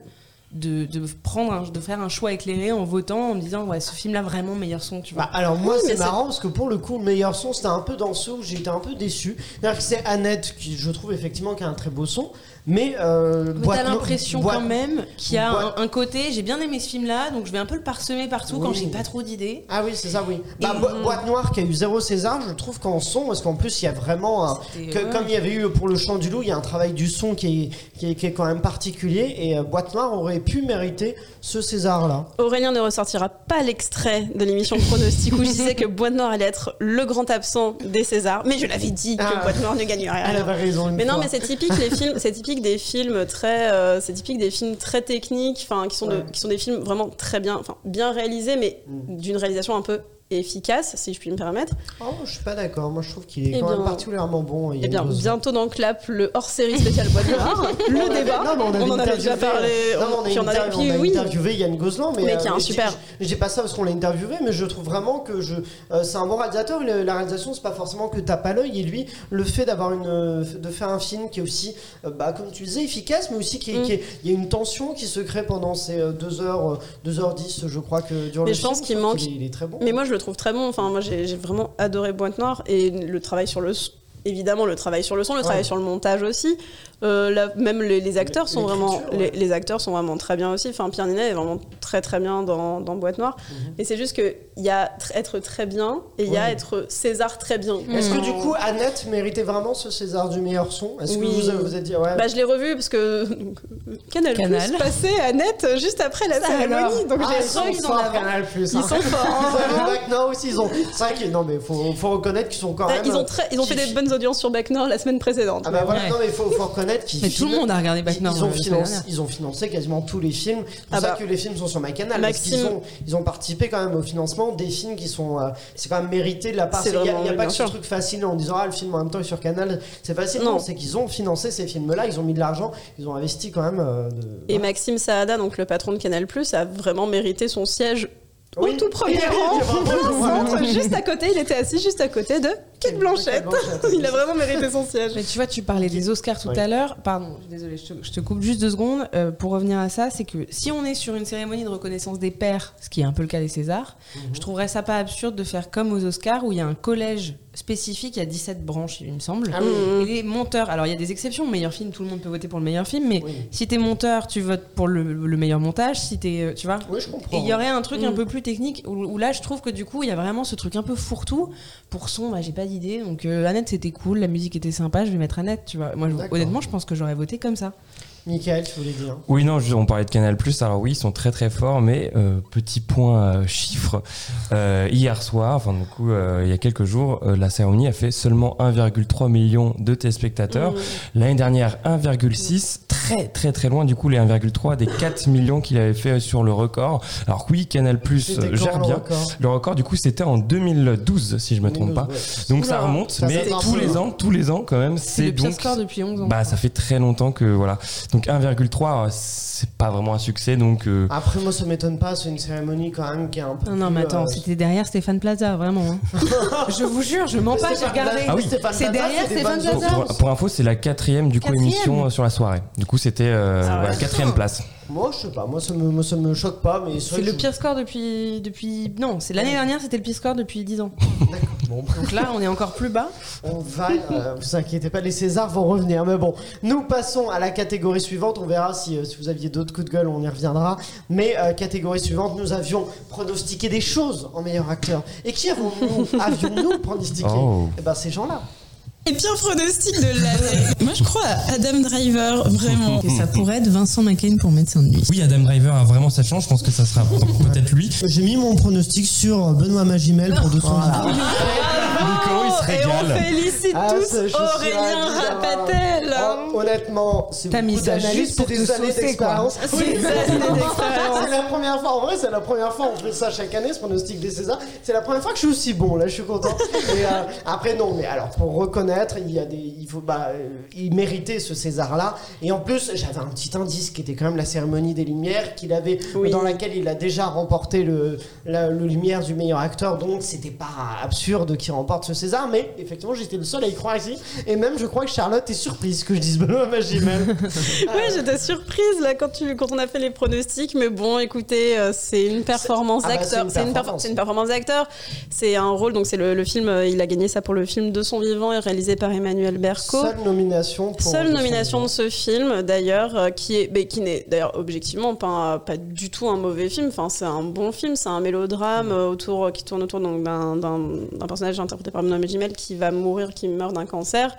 [SPEAKER 12] de, de prendre, un- de faire un choix éclairé en votant, en me disant ouais ce film-là vraiment meilleur son, tu vois.
[SPEAKER 9] Bah, alors moi
[SPEAKER 10] mais
[SPEAKER 9] c'est
[SPEAKER 10] c'est-
[SPEAKER 9] marrant parce que pour le coup le meilleur son c'était un peu dans ce où j'étais un peu déçu. C'est-à-dire que c'est Annette qui je trouve effectivement qui a un très beau son, mais euh,
[SPEAKER 12] Mais
[SPEAKER 9] boîte
[SPEAKER 12] t'as
[SPEAKER 9] no-
[SPEAKER 12] l'impression
[SPEAKER 9] boîte-
[SPEAKER 12] quand même qu'il y a
[SPEAKER 9] boîte-
[SPEAKER 12] un, un côté, j'ai bien aimé ce film-là, donc je vais un peu le parsemer partout quand
[SPEAKER 9] Oui.
[SPEAKER 12] j'ai pas trop d'idées.
[SPEAKER 9] Ah oui c'est ça oui. Bah,
[SPEAKER 12] Et-
[SPEAKER 10] mm.
[SPEAKER 9] Bo- boîte noire qui a eu zéro César je trouve qu'en son parce qu'en plus il y a vraiment un-
[SPEAKER 12] C'était-
[SPEAKER 9] que-
[SPEAKER 12] ouais.
[SPEAKER 9] comme il y avait eu pour le chant du loup il y a un travail du son qui est, qui est, qui est quand même particulier et euh, boîte noire aurait pu mériter ce César là.
[SPEAKER 10] Aurélien ne ressortira pas l'extrait de l'émission Pronostic où je disais que Bois de Noir allait être le grand absent des Césars, mais je l'avais dit que
[SPEAKER 9] Ah.
[SPEAKER 10] Bois de Noir ne gagnerait
[SPEAKER 9] Elle
[SPEAKER 10] rien.
[SPEAKER 9] avait raison. une
[SPEAKER 10] Mais non,
[SPEAKER 9] fois.
[SPEAKER 10] mais c'est typique les films, c'est typique des films très, euh, c'est typique des films très techniques, enfin qui sont de-
[SPEAKER 9] Ouais. Mm.
[SPEAKER 10] qui sont des films vraiment très bien, enfin bien réalisés, mais d'une réalisation un peu efficace, si je puis me permettre.
[SPEAKER 9] Oh, je suis pas d'accord. Moi je trouve qu'il est
[SPEAKER 10] Eh
[SPEAKER 9] quand même
[SPEAKER 10] bien-
[SPEAKER 9] particulièrement bon. il y a
[SPEAKER 10] Eh bien,
[SPEAKER 9] une dose.
[SPEAKER 10] bientôt dans Clap, le hors-série spécial Bois de Noir, le débat.
[SPEAKER 9] Non, mais on, avait
[SPEAKER 10] en avait déjà parlé.
[SPEAKER 9] interviewé- euh, Non, mais on a,
[SPEAKER 10] puis on avait-
[SPEAKER 9] interviewé-
[SPEAKER 10] puis
[SPEAKER 9] on a
[SPEAKER 10] oui.
[SPEAKER 9] interviewé Yann Gozlan, mais,
[SPEAKER 10] Mais qui a
[SPEAKER 9] euh,
[SPEAKER 10] un
[SPEAKER 9] je-
[SPEAKER 10] super-
[SPEAKER 9] Je, je dis pas ça parce qu'on l'a interviewé, mais je trouve vraiment que je, euh, c'est un bon réalisateur. Le- la réalisation, c'est pas forcément que t'as pas l'œil. Et lui, le fait d'avoir une, euh, de faire un film qui est aussi, euh, bah, comme tu disais, efficace, mais aussi qui, est-
[SPEAKER 10] Mm.
[SPEAKER 9] qui est- il y a une tension qui se crée pendant ces euh, 2 h 2 h 10 je crois que durant
[SPEAKER 10] Mais
[SPEAKER 9] le
[SPEAKER 10] je pense
[SPEAKER 9] film,
[SPEAKER 10] qu'il
[SPEAKER 9] trouve
[SPEAKER 10] manque-
[SPEAKER 9] est- Il, est très bon.
[SPEAKER 10] Mais moi, je le trouve très bon. Enfin, moi, j'ai j'ai vraiment adoré Boîte Noire et le travail sur le, s- évidemment le travail sur le son, le
[SPEAKER 9] Ouais.
[SPEAKER 10] travail sur le montage aussi. Euh, là, même les, les acteurs sont vraiment,
[SPEAKER 9] l'écriture,
[SPEAKER 10] les,
[SPEAKER 9] ouais.
[SPEAKER 10] les acteurs sont vraiment très bien aussi. Enfin, Pierre Ninet est vraiment très très bien dans, dans Boîte Noire. Et c'est juste que il y a tr- être très bien et il y a
[SPEAKER 9] Mhm. Ouais. Mhm.
[SPEAKER 10] être César très bien.
[SPEAKER 9] Est-ce que du coup, Annette méritait vraiment ce César du meilleur son Est-ce
[SPEAKER 10] Oui.
[SPEAKER 9] que vous vous êtes dit, ouais,
[SPEAKER 10] Bah, je l'ai revu parce que Canal,
[SPEAKER 12] Canal.
[SPEAKER 10] Plus passait Annette juste après la cérémonie. Donc
[SPEAKER 9] ah,
[SPEAKER 10] j'ai
[SPEAKER 9] ils sont
[SPEAKER 10] re-
[SPEAKER 9] forts, Canal Plus.
[SPEAKER 10] Ils sont forts. hein,
[SPEAKER 9] Ils
[SPEAKER 10] vraiment.
[SPEAKER 9] avaient Bac Nord aussi, ils ont. C'est vrai que non, mais faut, faut reconnaître qu'ils sont quand
[SPEAKER 10] Ah,
[SPEAKER 9] même.
[SPEAKER 10] ils, ont très- ils ont fait
[SPEAKER 9] qui-
[SPEAKER 10] des bonnes audiences sur Bac Nord la semaine précédente.
[SPEAKER 9] Ah bah voilà,
[SPEAKER 12] Ouais.
[SPEAKER 9] non mais faut, faut reconnaître qu'ils.
[SPEAKER 12] Mais tout le
[SPEAKER 9] filment-
[SPEAKER 12] monde a regardé Bac
[SPEAKER 9] ils-
[SPEAKER 12] Nord,
[SPEAKER 9] Ils ont,
[SPEAKER 12] euh, la semaine
[SPEAKER 9] financé,
[SPEAKER 12] dernière.
[SPEAKER 9] ils ont financé quasiment tous les films. C'est pour
[SPEAKER 10] Ah
[SPEAKER 9] ça
[SPEAKER 10] bah.
[SPEAKER 9] que les films sont sur ma canal.
[SPEAKER 10] Maxime-
[SPEAKER 9] Ils ont, ils ont participé quand même au financement des films qui sont. euh, c'est quand même mérité de la part.
[SPEAKER 10] C'est
[SPEAKER 9] Il n'y a,
[SPEAKER 10] vraiment-
[SPEAKER 9] il y a
[SPEAKER 10] oui,
[SPEAKER 9] pas
[SPEAKER 10] bien
[SPEAKER 9] que ce
[SPEAKER 10] sûr.
[SPEAKER 9] truc facile en disant ah le film en même temps est sur canal. C'est facile. Non,
[SPEAKER 10] Non.
[SPEAKER 9] c'est qu'ils ont financé ces films-là. Ils ont mis de l'argent. Ils ont investi quand même. euh, de-
[SPEAKER 10] Et Maxime Saada, donc le patron de Canal+, a vraiment mérité son siège
[SPEAKER 9] Oui.
[SPEAKER 10] au tout premier
[SPEAKER 9] Il est-
[SPEAKER 10] rang,
[SPEAKER 9] il est vraiment
[SPEAKER 10] au
[SPEAKER 9] loin.
[SPEAKER 10] centre, juste à côté. Il était assis juste à côté de Kate Blanchette.
[SPEAKER 9] Blanchett.
[SPEAKER 10] Il a vraiment mérité son siège.
[SPEAKER 12] Mais tu vois, tu parlais des Oscars tout
[SPEAKER 9] Ouais.
[SPEAKER 12] à l'heure. Pardon, désolé, je te, je te coupe juste deux secondes. Euh, pour revenir à ça, c'est que si on est sur une cérémonie de reconnaissance des pairs, ce qui est un peu le cas des Césars,
[SPEAKER 9] Mhm.
[SPEAKER 12] je trouverais ça pas absurde de faire comme aux Oscars où il y a un collège spécifique, il y a 17 branches, il me semble.
[SPEAKER 9] Ah oui.
[SPEAKER 10] Mm.
[SPEAKER 12] Et les monteurs, alors il y a des exceptions, meilleur film, tout le monde peut voter pour le meilleur film, mais
[SPEAKER 9] Oui.
[SPEAKER 12] si t'es monteur, tu votes pour le, le meilleur montage, si t'es, euh, tu vois.
[SPEAKER 9] Oui, je
[SPEAKER 12] Et
[SPEAKER 9] comprends.
[SPEAKER 12] il y aurait un
[SPEAKER 4] Mm.
[SPEAKER 12] truc un peu plus technique où, où là je trouve que du coup il y a vraiment ce truc un peu fourre-tout pour son bah, j'ai pas d'idée donc euh, Annette c'était cool la musique était sympa je vais mettre Annette tu vois moi je-
[SPEAKER 9] D'accord.
[SPEAKER 12] honnêtement je pense que j'aurais voté comme ça
[SPEAKER 9] Michael, tu voulais dire.
[SPEAKER 11] Oui, non, je- on parlait de Canal Alors oui, ils sont très très forts, mais euh, petit point euh, chiffre. euh, hier soir, enfin du coup, euh, il y a quelques jours, euh, la cérémonie a fait seulement 1,3 million de
[SPEAKER 9] Mmh.
[SPEAKER 11] téléspectateurs. L'année dernière, 1,6. Très très très loin du coup les 1,3 des 4 millions qu'il avait fait sur le record. Alors oui, Canal euh,
[SPEAKER 9] C'était quand
[SPEAKER 11] gère
[SPEAKER 9] le
[SPEAKER 11] bien.
[SPEAKER 9] record
[SPEAKER 11] Le record du coup c'était en 2012 si je me trompe pas.
[SPEAKER 9] 2012, ouais.
[SPEAKER 11] Donc ça
[SPEAKER 9] Oula,
[SPEAKER 11] remonte,
[SPEAKER 9] ça,
[SPEAKER 11] mais
[SPEAKER 9] c'est un
[SPEAKER 11] tous
[SPEAKER 9] peu-
[SPEAKER 11] les ans, tous les ans quand même,
[SPEAKER 12] c'est
[SPEAKER 11] c'est
[SPEAKER 12] le pire
[SPEAKER 11] donc
[SPEAKER 12] score depuis 11 ans
[SPEAKER 11] bah ça fait très longtemps que voilà. Donc 1,3 euh, c'est pas vraiment un succès donc euh,
[SPEAKER 9] Après, moi, ça m'étonne pas, c'est une cérémonie quand même qui est un peu.
[SPEAKER 12] non, non, mais
[SPEAKER 9] plus,
[SPEAKER 12] attends,
[SPEAKER 9] euh,
[SPEAKER 12] c'était derrière Stéphane Plaza, vraiment. hein. je vous jure, je mens pas, j'ai regardé.
[SPEAKER 11] Ah oui.
[SPEAKER 9] Stéphane
[SPEAKER 12] C'est
[SPEAKER 9] Plaza,
[SPEAKER 12] derrière
[SPEAKER 9] des
[SPEAKER 12] Stéphane
[SPEAKER 9] bonnes
[SPEAKER 12] Plaza.
[SPEAKER 11] pour, pour- pour info, c'est la quatrième du coup
[SPEAKER 12] Quatrième.
[SPEAKER 11] émission euh, sur la soirée. Du coup, c'était euh,
[SPEAKER 9] ouais.
[SPEAKER 11] voilà, quatrième place.
[SPEAKER 9] Moi, je sais pas, moi ça me, moi, ça me choque pas, mais
[SPEAKER 12] C'est le pire score depuis. depuis... Non, c'est l'année dernière, c'était le pire score depuis 10 ans.
[SPEAKER 9] Bon,
[SPEAKER 12] Donc là, on est encore plus bas.
[SPEAKER 9] on va, euh, vous inquiétez pas, les Césars vont revenir. Mais bon, nous passons à la catégorie suivante. On verra si, euh, si vous aviez d'autres coups de gueule, on y reviendra. Mais euh, catégorie suivante, nous avions pronostiqué des choses en meilleur acteur. Et qui avons-nous avions-nous pronostiqué
[SPEAKER 11] Oh.
[SPEAKER 9] Eh ben, ces gens-là.
[SPEAKER 4] Et bien pronostic de l'année. Moi, je crois à Adam Driver, vraiment. Que ça pourrait être Vincent McLean pour médecin de nuit.
[SPEAKER 11] Oui, Adam Driver a vraiment sa chance. Je pense que ça sera peut-être lui.
[SPEAKER 9] J'ai mis mon pronostic sur Benoît Magimel pour 200
[SPEAKER 11] Nico,
[SPEAKER 12] Oh,
[SPEAKER 11] il se
[SPEAKER 10] Et on
[SPEAKER 11] régale.
[SPEAKER 10] félicite
[SPEAKER 9] Ah,
[SPEAKER 10] tous
[SPEAKER 9] ça, je suis
[SPEAKER 10] Aurélien
[SPEAKER 9] ravi d'avoir-
[SPEAKER 10] Rapatel.
[SPEAKER 9] Oh, honnêtement, c'est
[SPEAKER 12] T'as mis
[SPEAKER 9] beaucoup
[SPEAKER 12] ça
[SPEAKER 9] d'analyse,
[SPEAKER 12] juste pour
[SPEAKER 9] c'est
[SPEAKER 12] te
[SPEAKER 9] des années
[SPEAKER 12] saucer, quoi.
[SPEAKER 9] d'expérience.
[SPEAKER 10] C'est des années d'expérience.
[SPEAKER 9] C'est la première fois, en vrai, c'est la première fois, on fait ça chaque année, ce pronostic des Césars. C'est la première fois que je suis aussi bon, là, je suis content. Et, euh, après, non, mais alors, pour reconnaître, il y a des. Il faut. Bah, euh, il méritait ce César-là. Et en plus, j'avais un petit indice qui était quand même la cérémonie des Lumières, qu'il avait.
[SPEAKER 10] Oui.
[SPEAKER 9] dans laquelle il a déjà remporté le, la- le Lumière du meilleur acteur, donc c'était pas absurde qu'il remporte ce César, mais effectivement, j'étais le seul à y croire ici. Et même, je crois que Charlotte est surprise que je dise Benoît Magimel. Ah
[SPEAKER 10] Ouais, j'étais surprise là quand, tu, quand on a fait les pronostics, mais bon, écoutez, euh, c'est une performance
[SPEAKER 9] Ah bah,
[SPEAKER 10] d'acteur.
[SPEAKER 9] c'est
[SPEAKER 10] C'est
[SPEAKER 9] une
[SPEAKER 10] une, perfor-
[SPEAKER 9] performance.
[SPEAKER 10] c'est une performance d'acteur. C'est un rôle, donc c'est le, le film, euh, il a gagné ça pour le film De son vivant et réalisé par Emmanuel Berco.
[SPEAKER 9] Seule nomination pour.
[SPEAKER 10] Seule nomination de ce film, d'ailleurs, euh, qui est, mais qui n'est d'ailleurs objectivement pas, un- pas du tout un mauvais film. Enfin, c'est un bon film, c'est un mélodrame euh, autour, qui tourne autour donc d'un- d'un d'un personnage interprété par Benoît Magimel qui va mourir, qui meurt d'un cancer.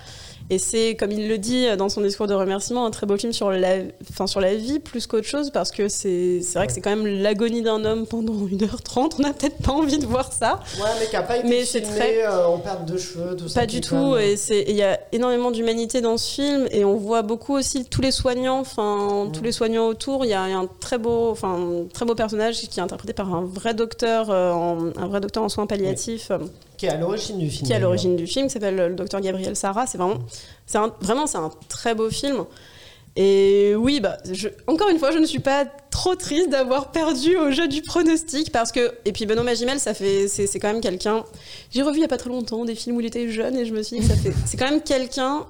[SPEAKER 10] Et c'est, comme il le dit euh, dans son discours de remerciement, un très beau film sur la, enfin, sur la vie plus qu'autre chose, parce que c'est c'est vrai que c'est quand même l'agonie d'un homme pendant 1h30. On n'a peut-être pas envie de voir ça.
[SPEAKER 9] Ouais, mais qui a pas été
[SPEAKER 10] Mais
[SPEAKER 9] filmé,
[SPEAKER 10] c'est très-
[SPEAKER 9] euh, en perte de cheveux, tout ça.
[SPEAKER 10] Pas
[SPEAKER 9] qui
[SPEAKER 10] du
[SPEAKER 9] est euh, quand
[SPEAKER 10] tout,
[SPEAKER 9] même-
[SPEAKER 10] et c'est- et il y a énormément d'humanité dans ce film, et on voit beaucoup aussi tous les soignants, enfin tous les soignants autour. Il y a un très beau, enfin un très beau personnage qui est interprété par un vrai docteur, euh, en, un vrai docteur en soins palliatifs, euh,
[SPEAKER 9] Qui est à l'origine du film.
[SPEAKER 10] qui est à l'origine du film, qui s'appelle euh, le docteur Gabriel Sarah. C'est vraiment, c'est un- vraiment c'est un très beau film. Et oui, bah, je- encore une fois, je ne suis pas trop triste d'avoir perdu au jeu du pronostic parce que et puis Benoît Magimel, ça fait c'est c'est quand même quelqu'un. J'ai revu il y a pas très longtemps des films où il était jeune et je me suis dit que ça fait c'est quand même quelqu'un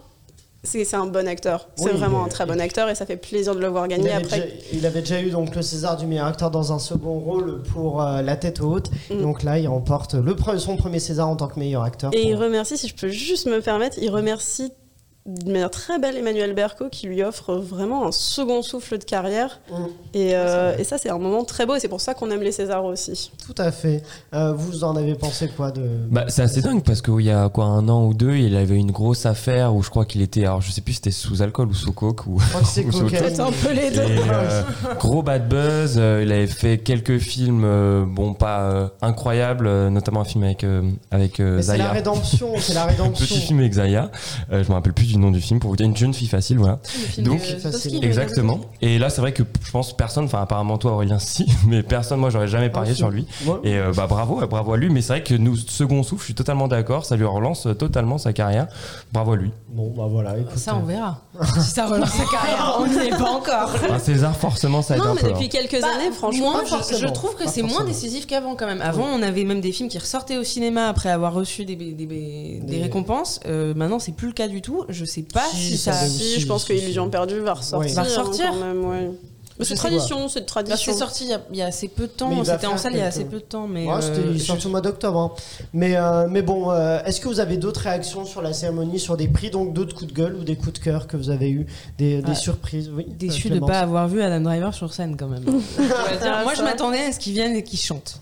[SPEAKER 10] c'est c'est un bon acteur. C'est
[SPEAKER 9] Oui,
[SPEAKER 10] vraiment
[SPEAKER 9] mais-
[SPEAKER 10] un très bon acteur et ça fait plaisir de le voir
[SPEAKER 9] Il
[SPEAKER 10] gagner
[SPEAKER 9] avait,
[SPEAKER 10] après.
[SPEAKER 9] déjà, il avait déjà eu donc le César du meilleur acteur dans un second rôle pour euh, La tête haute. Et
[SPEAKER 10] Mm.
[SPEAKER 9] Donc là, il remporte le, pre- son premier César en tant que meilleur acteur.
[SPEAKER 10] Et il
[SPEAKER 9] pour-
[SPEAKER 10] remercie, si je peux juste me permettre, il remercie de manière très belle Emmanuel Berco qui lui offre vraiment un second souffle de carrière.
[SPEAKER 9] Mm.
[SPEAKER 10] Et, euh, et ça, c'est un moment très beau et c'est pour ça qu'on aime les Césars aussi.
[SPEAKER 9] Tout à fait. Euh, vous en avez pensé quoi de
[SPEAKER 11] Bah, c'est assez dingue parce qu'il y a quoi un an ou deux, il avait une grosse affaire où je crois qu'il était, alors je sais plus, si c'était sous alcool ou sous coke ou.
[SPEAKER 9] Je crois que c'est
[SPEAKER 11] Vous vous
[SPEAKER 9] cocaïne.
[SPEAKER 11] doutez Et, euh, gros bad buzz, euh, il avait fait quelques films, euh, bon pas euh, incroyables, euh, notamment un film avec euh, avec euh,
[SPEAKER 9] Mais C'est la
[SPEAKER 11] Zaya.
[SPEAKER 9] rédemption. C'est la rédemption.
[SPEAKER 11] Petit film avec Zaya, Euh, je me rappelle plus du nom du film pour vous dire une jeune fille facile, voilà. Donc,
[SPEAKER 9] Euh,
[SPEAKER 11] Exactement. Et là, c'est vrai que je pense personne, enfin apparemment toi Aurélien si, mais personne, moi j'aurais jamais parié
[SPEAKER 10] Ah,
[SPEAKER 9] si.
[SPEAKER 11] sur lui.
[SPEAKER 9] Moi,
[SPEAKER 11] Et euh, bah bravo, euh, bravo à lui. Mais c'est vrai que nous second souffle, je suis totalement d'accord, ça lui relance euh, totalement sa carrière. Bravo à lui.
[SPEAKER 9] Bon, bah voilà. écoute,
[SPEAKER 12] Ça, on
[SPEAKER 9] euh,
[SPEAKER 12] verra. si ça relance sa carrière, on n'y est pas encore.
[SPEAKER 11] Un César forcément ça aide
[SPEAKER 10] Ah, Non,
[SPEAKER 11] un
[SPEAKER 10] mais
[SPEAKER 11] peu. hein.
[SPEAKER 10] depuis quelques
[SPEAKER 12] Bah,
[SPEAKER 10] années, franchement.
[SPEAKER 12] moins,
[SPEAKER 9] pas
[SPEAKER 12] je- je,
[SPEAKER 9] forcément,
[SPEAKER 12] trouve que
[SPEAKER 9] pas
[SPEAKER 12] c'est moins
[SPEAKER 9] forcément.
[SPEAKER 12] décisif qu'avant quand même. Avant, on avait même des films qui ressortaient au cinéma après avoir reçu des, des, des- des
[SPEAKER 9] Des-
[SPEAKER 12] récompenses. Euh, maintenant, c'est plus le cas du tout. Je sais pas
[SPEAKER 9] Si,
[SPEAKER 12] si,
[SPEAKER 9] ça
[SPEAKER 12] ça.
[SPEAKER 9] avait-
[SPEAKER 10] Si, je pense que
[SPEAKER 9] si,
[SPEAKER 10] Illusion
[SPEAKER 9] si.
[SPEAKER 10] perdue va ressortir.
[SPEAKER 9] Ouais.
[SPEAKER 12] Va
[SPEAKER 10] hein,
[SPEAKER 12] ressortir.
[SPEAKER 10] quand même, ouais. Mais c'est
[SPEAKER 9] sais
[SPEAKER 10] tradition, c'est de
[SPEAKER 12] Bah, c'est
[SPEAKER 10] tradition.
[SPEAKER 12] sorti il y a- il y, a assez peu de
[SPEAKER 9] Mais il
[SPEAKER 12] temps.
[SPEAKER 9] va
[SPEAKER 12] C'était en
[SPEAKER 9] faire
[SPEAKER 12] salle il y a
[SPEAKER 9] quelques-
[SPEAKER 12] assez peu de temps. Mais
[SPEAKER 9] Ouais, c'était
[SPEAKER 12] euh,
[SPEAKER 9] il est sorti au mois d'octobre. hein. Mais, euh, mais bon, euh, est-ce que vous avez d'autres réactions sur la cérémonie, sur des prix, donc d'autres coups de gueule ou des coups de cœur que vous avez eu, des, des
[SPEAKER 12] Ouais.
[SPEAKER 9] surprises oui, euh,
[SPEAKER 12] déçu Ah, de
[SPEAKER 9] Clémence.
[SPEAKER 12] pas avoir vu Adam Driver sur scène quand même. Je dois dire, moi, je
[SPEAKER 10] Ça.
[SPEAKER 12] m'attendais à ce qu'il vienne et qu'il chante.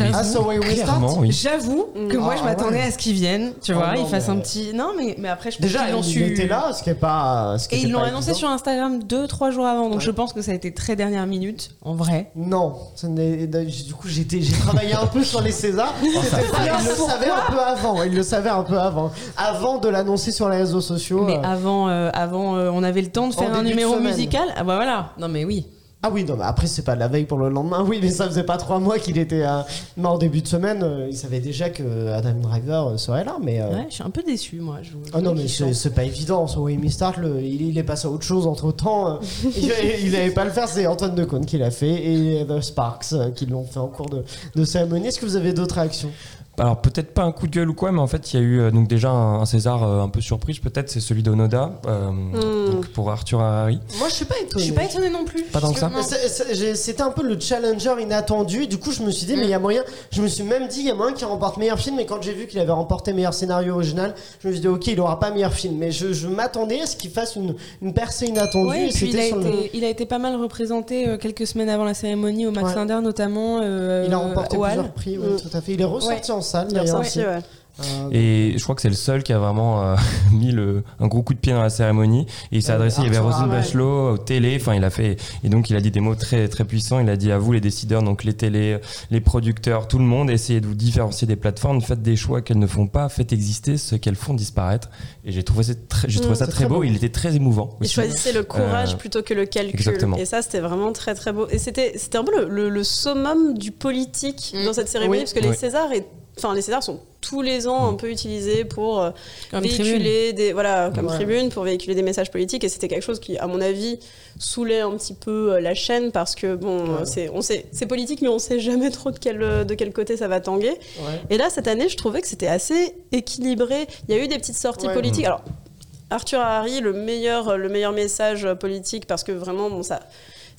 [SPEAKER 9] Ah, so why we start
[SPEAKER 11] Clairement, oui.
[SPEAKER 12] J'avoue que
[SPEAKER 9] Mm.
[SPEAKER 12] moi,
[SPEAKER 9] Ah,
[SPEAKER 12] je m'attendais
[SPEAKER 9] ouais.
[SPEAKER 12] à ce qu'il vienne. Tu
[SPEAKER 9] Ah
[SPEAKER 12] vois,
[SPEAKER 9] non,
[SPEAKER 12] il fasse
[SPEAKER 9] mais-
[SPEAKER 12] un petit. Non, mais, mais après, je pense
[SPEAKER 9] Déjà,
[SPEAKER 12] qu'ils l'ont
[SPEAKER 9] il
[SPEAKER 12] su-
[SPEAKER 9] était là, ce qui est pas. Ce qui
[SPEAKER 12] Et
[SPEAKER 9] était
[SPEAKER 12] ils l'ont
[SPEAKER 9] pas
[SPEAKER 12] annoncé
[SPEAKER 9] évident.
[SPEAKER 12] sur Instagram deux, trois jours avant. Donc
[SPEAKER 9] Ouais.
[SPEAKER 12] je pense que ça a été très dernière minute, en vrai.
[SPEAKER 9] Non, ce n'est- du coup j'étais, j'ai travaillé un peu sur les Césars. C'était- il le savait un peu avant. Il le savait un peu avant, avant de l'annoncer sur les réseaux sociaux.
[SPEAKER 12] Mais
[SPEAKER 9] euh.
[SPEAKER 12] avant, euh, avant euh, on avait le temps de
[SPEAKER 9] En
[SPEAKER 12] faire un
[SPEAKER 9] début de
[SPEAKER 12] numéro
[SPEAKER 9] semaine.
[SPEAKER 12] musical. Ah bah voilà. Non mais oui.
[SPEAKER 9] Ah oui, non, mais après c'est pas de la veille pour le lendemain. Oui, mais ça faisait pas trois mois qu'il était euh, mort en début de semaine. euh, il savait déjà que Adam Driver euh, serait là, mais. euh,
[SPEAKER 12] Ouais, je suis un peu déçu moi. Je vous-
[SPEAKER 9] Ah non, mais
[SPEAKER 12] je-
[SPEAKER 9] c'est c'est pas évident. Son Way Me Start, le- il, il est passé à autre chose entre temps. il, il allait pas le faire, c'est Antoine Decaune qui l'a fait et The Sparks euh, qui l'ont fait en cours de, de cérémonie. Est-ce que vous avez d'autres réactions
[SPEAKER 11] Alors peut-être pas un coup de gueule ou quoi, mais en fait il y a eu euh, donc déjà un, un César euh, un peu surprise. Peut-être c'est celui d'Onoda euh,
[SPEAKER 10] Hmm.
[SPEAKER 11] donc pour Arthur Harari.
[SPEAKER 9] Moi, je suis pas
[SPEAKER 12] Je
[SPEAKER 9] étonné.
[SPEAKER 12] suis pas étonné non plus.
[SPEAKER 11] Pas tant que ça.
[SPEAKER 12] Parce
[SPEAKER 9] C'est- c'est- j'ai- C'était un peu le challenger inattendu. Du coup, je me suis dit, mais
[SPEAKER 10] Mm.
[SPEAKER 9] il y a moyen. Je me suis même dit, il y a moyen qu'il remporte meilleur film. Mais quand j'ai vu qu'il avait remporté meilleur scénario original, je me suis dit, ok, il aura pas meilleur film. Mais je, je m'attendais à ce qu'il fasse une, une percée inattendue.
[SPEAKER 12] Ouais,
[SPEAKER 9] et
[SPEAKER 12] et puis il, a
[SPEAKER 9] c'était sur le-
[SPEAKER 12] été, il a été pas mal représenté euh, quelques semaines avant la cérémonie au Max
[SPEAKER 9] Ouais.
[SPEAKER 12] Linder notamment. euh,
[SPEAKER 9] Il a remporté
[SPEAKER 12] au Hall.
[SPEAKER 9] plusieurs prix, ouais, tout à fait. Il est ressorti en salle,
[SPEAKER 10] Il est
[SPEAKER 9] d'ailleurs.
[SPEAKER 10] ressorti, Mm. ouais.
[SPEAKER 9] Euh,
[SPEAKER 11] Et je crois que c'est le seul qui a vraiment euh, mis le, un gros coup de pied dans la cérémonie. Et il s'est
[SPEAKER 9] Euh,
[SPEAKER 11] adressé, il y avait
[SPEAKER 9] Arthur
[SPEAKER 11] Rosine
[SPEAKER 9] Harari.
[SPEAKER 11] Bachelot au télé. Enfin, il a fait, et donc il a dit des mots très, très puissants. Il a dit à vous, les décideurs, donc les télés, les producteurs, tout le monde, essayez de vous différencier des plateformes, faites des choix qu'elles ne font pas, faites exister ce qu'elles font disparaître. Et j'ai trouvé, ça très- j'ai trouvé ça
[SPEAKER 9] Mmh, c'est
[SPEAKER 11] très
[SPEAKER 9] très
[SPEAKER 11] beau.
[SPEAKER 9] beau.
[SPEAKER 11] Il était très émouvant.
[SPEAKER 10] Il
[SPEAKER 11] aussi.
[SPEAKER 10] choisissait le courage
[SPEAKER 11] Euh,
[SPEAKER 10] plutôt que le calcul.
[SPEAKER 11] exactement.
[SPEAKER 10] Et ça, c'était vraiment très très beau. Et c'était c'était un peu le, le- le summum du politique
[SPEAKER 12] Mm.
[SPEAKER 10] dans cette cérémonie,
[SPEAKER 9] Oui.
[SPEAKER 10] parce que les
[SPEAKER 11] Oui. Mm.
[SPEAKER 10] Césars, et, enfin les Césars sont tous les ans un peu utilisés pour euh,
[SPEAKER 12] Comme tribune.
[SPEAKER 10] véhiculer des voilà comme
[SPEAKER 9] Ouais.
[SPEAKER 10] tribune pour véhiculer des messages politiques. Et c'était quelque chose qui, à mon avis, saoulait un petit peu euh, la chaîne parce que bon,
[SPEAKER 9] Ouais.
[SPEAKER 10] euh, c'est on sait c'est politique, mais on sait jamais trop de quel euh, de quel côté ça va tanguer.
[SPEAKER 9] ouais.
[SPEAKER 10] Et là, cette année, je trouvais que c'était assez équilibré. Il y a eu des petites sorties
[SPEAKER 9] Ouais.
[SPEAKER 10] politiques. Alors, Arthur Harry, le meilleur, euh, le meilleur message politique, parce que vraiment, bon, ça.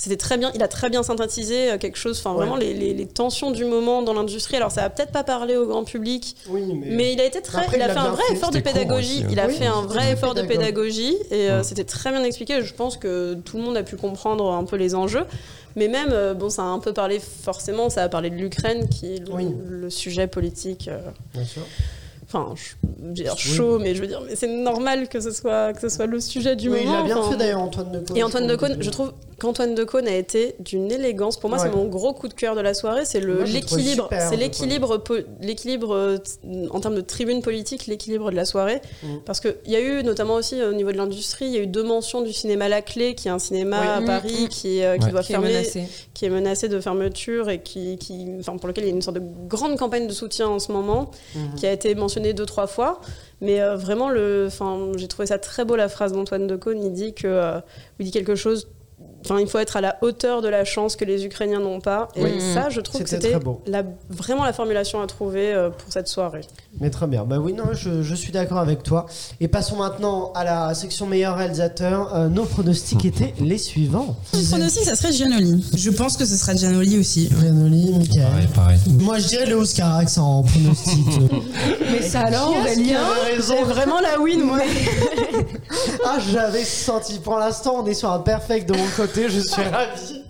[SPEAKER 10] C'était très bien, il a très bien synthétisé euh, quelque chose, enfin vraiment les, les- les tensions du moment dans l'industrie. Alors ça a peut-être pas parlé au grand public,
[SPEAKER 9] Oui, mais.
[SPEAKER 10] mais il a été très,
[SPEAKER 9] Après,
[SPEAKER 10] il a
[SPEAKER 9] il a
[SPEAKER 10] fait un
[SPEAKER 9] bien
[SPEAKER 10] vrai
[SPEAKER 9] fait.
[SPEAKER 10] effort de
[SPEAKER 11] C'était court
[SPEAKER 10] pédagogie.
[SPEAKER 11] aussi, hein.
[SPEAKER 10] Il a
[SPEAKER 9] Oui,
[SPEAKER 10] fait un
[SPEAKER 9] c'était
[SPEAKER 10] vrai
[SPEAKER 9] très
[SPEAKER 10] effort de
[SPEAKER 9] pédagogue.
[SPEAKER 10] pédagogie et euh,
[SPEAKER 11] Mm.
[SPEAKER 10] c'était très bien expliqué. Je pense que tout le monde a pu comprendre un peu les enjeux. Mais même, euh, bon, ça a un peu parlé forcément, ça a parlé de l'Ukraine qui est le,
[SPEAKER 9] Oui.
[SPEAKER 10] le sujet politique. euh,
[SPEAKER 9] Bien sûr.
[SPEAKER 10] Enfin, je je veux dire chaud, mais je veux dire, mais c'est normal que ce soit que ce soit le sujet du
[SPEAKER 9] Oui,
[SPEAKER 10] moment.
[SPEAKER 9] il a bien
[SPEAKER 10] enfin.
[SPEAKER 9] fait d'ailleurs, Antoine Decaune.
[SPEAKER 10] Et Antoine Decaune, je trouve qu'Antoine Decaune a été d'une élégance. Pour moi,
[SPEAKER 9] Ouais.
[SPEAKER 10] c'est mon gros coup de cœur de la soirée. C'est le-
[SPEAKER 9] Moi, je le trouve
[SPEAKER 10] l'équilibre,
[SPEAKER 9] super,
[SPEAKER 10] c'est
[SPEAKER 9] Antoine.
[SPEAKER 10] l'équilibre, po- l'équilibre euh, t- en termes de tribune politique, l'équilibre de la soirée.
[SPEAKER 9] Mm.
[SPEAKER 10] Parce qu'il y a eu, notamment aussi euh, au niveau de l'industrie, il y a eu deux mentions du cinéma La Clé, qui est un cinéma
[SPEAKER 12] Oui.
[SPEAKER 10] à
[SPEAKER 12] Mmh,
[SPEAKER 10] Paris
[SPEAKER 12] mmh.
[SPEAKER 10] qui, euh, qui
[SPEAKER 11] Ouais.
[SPEAKER 10] doit
[SPEAKER 12] Qui est
[SPEAKER 10] fermer,
[SPEAKER 12] menacé.
[SPEAKER 10] qui est menacé de fermeture et qui, qui- enfin, pour lequel il y a une sorte de grande campagne de soutien en ce moment,
[SPEAKER 9] Mhm.
[SPEAKER 10] qui a été mentionnée deux, trois fois. Mais euh, vraiment, le, enfin, j'ai trouvé ça très beau la phrase d'Antoine Decaune. Il dit, que, euh, il dit quelque chose enfin, il faut être à la hauteur de la chance que les Ukrainiens n'ont pas. Et
[SPEAKER 9] Oui.
[SPEAKER 10] ça, je trouve que
[SPEAKER 9] C'était
[SPEAKER 10] c'était
[SPEAKER 9] très beau.
[SPEAKER 10] la- vraiment la formulation à trouver euh, pour cette soirée.
[SPEAKER 9] Mais très bien. Bah oui, non, je, je suis d'accord avec toi. Et passons maintenant à la section meilleur réalisateur. Euh, nos pronostics étaient les suivants.
[SPEAKER 4] Mon pronostic, ça serait Gianoli. Je pense que ce sera Gianoli aussi.
[SPEAKER 9] Renoli, Mickaël.
[SPEAKER 11] Pareil, pareil.
[SPEAKER 9] Moi, je dirais Léo Scarax en pronostic. Euh,
[SPEAKER 12] Mais ça alors,
[SPEAKER 9] Qui avait raison
[SPEAKER 10] C'est vraiment la win, moi.
[SPEAKER 9] Ah, j'avais senti. Pour l'instant, on est sur un perfect de mon côté. Je suis ravi.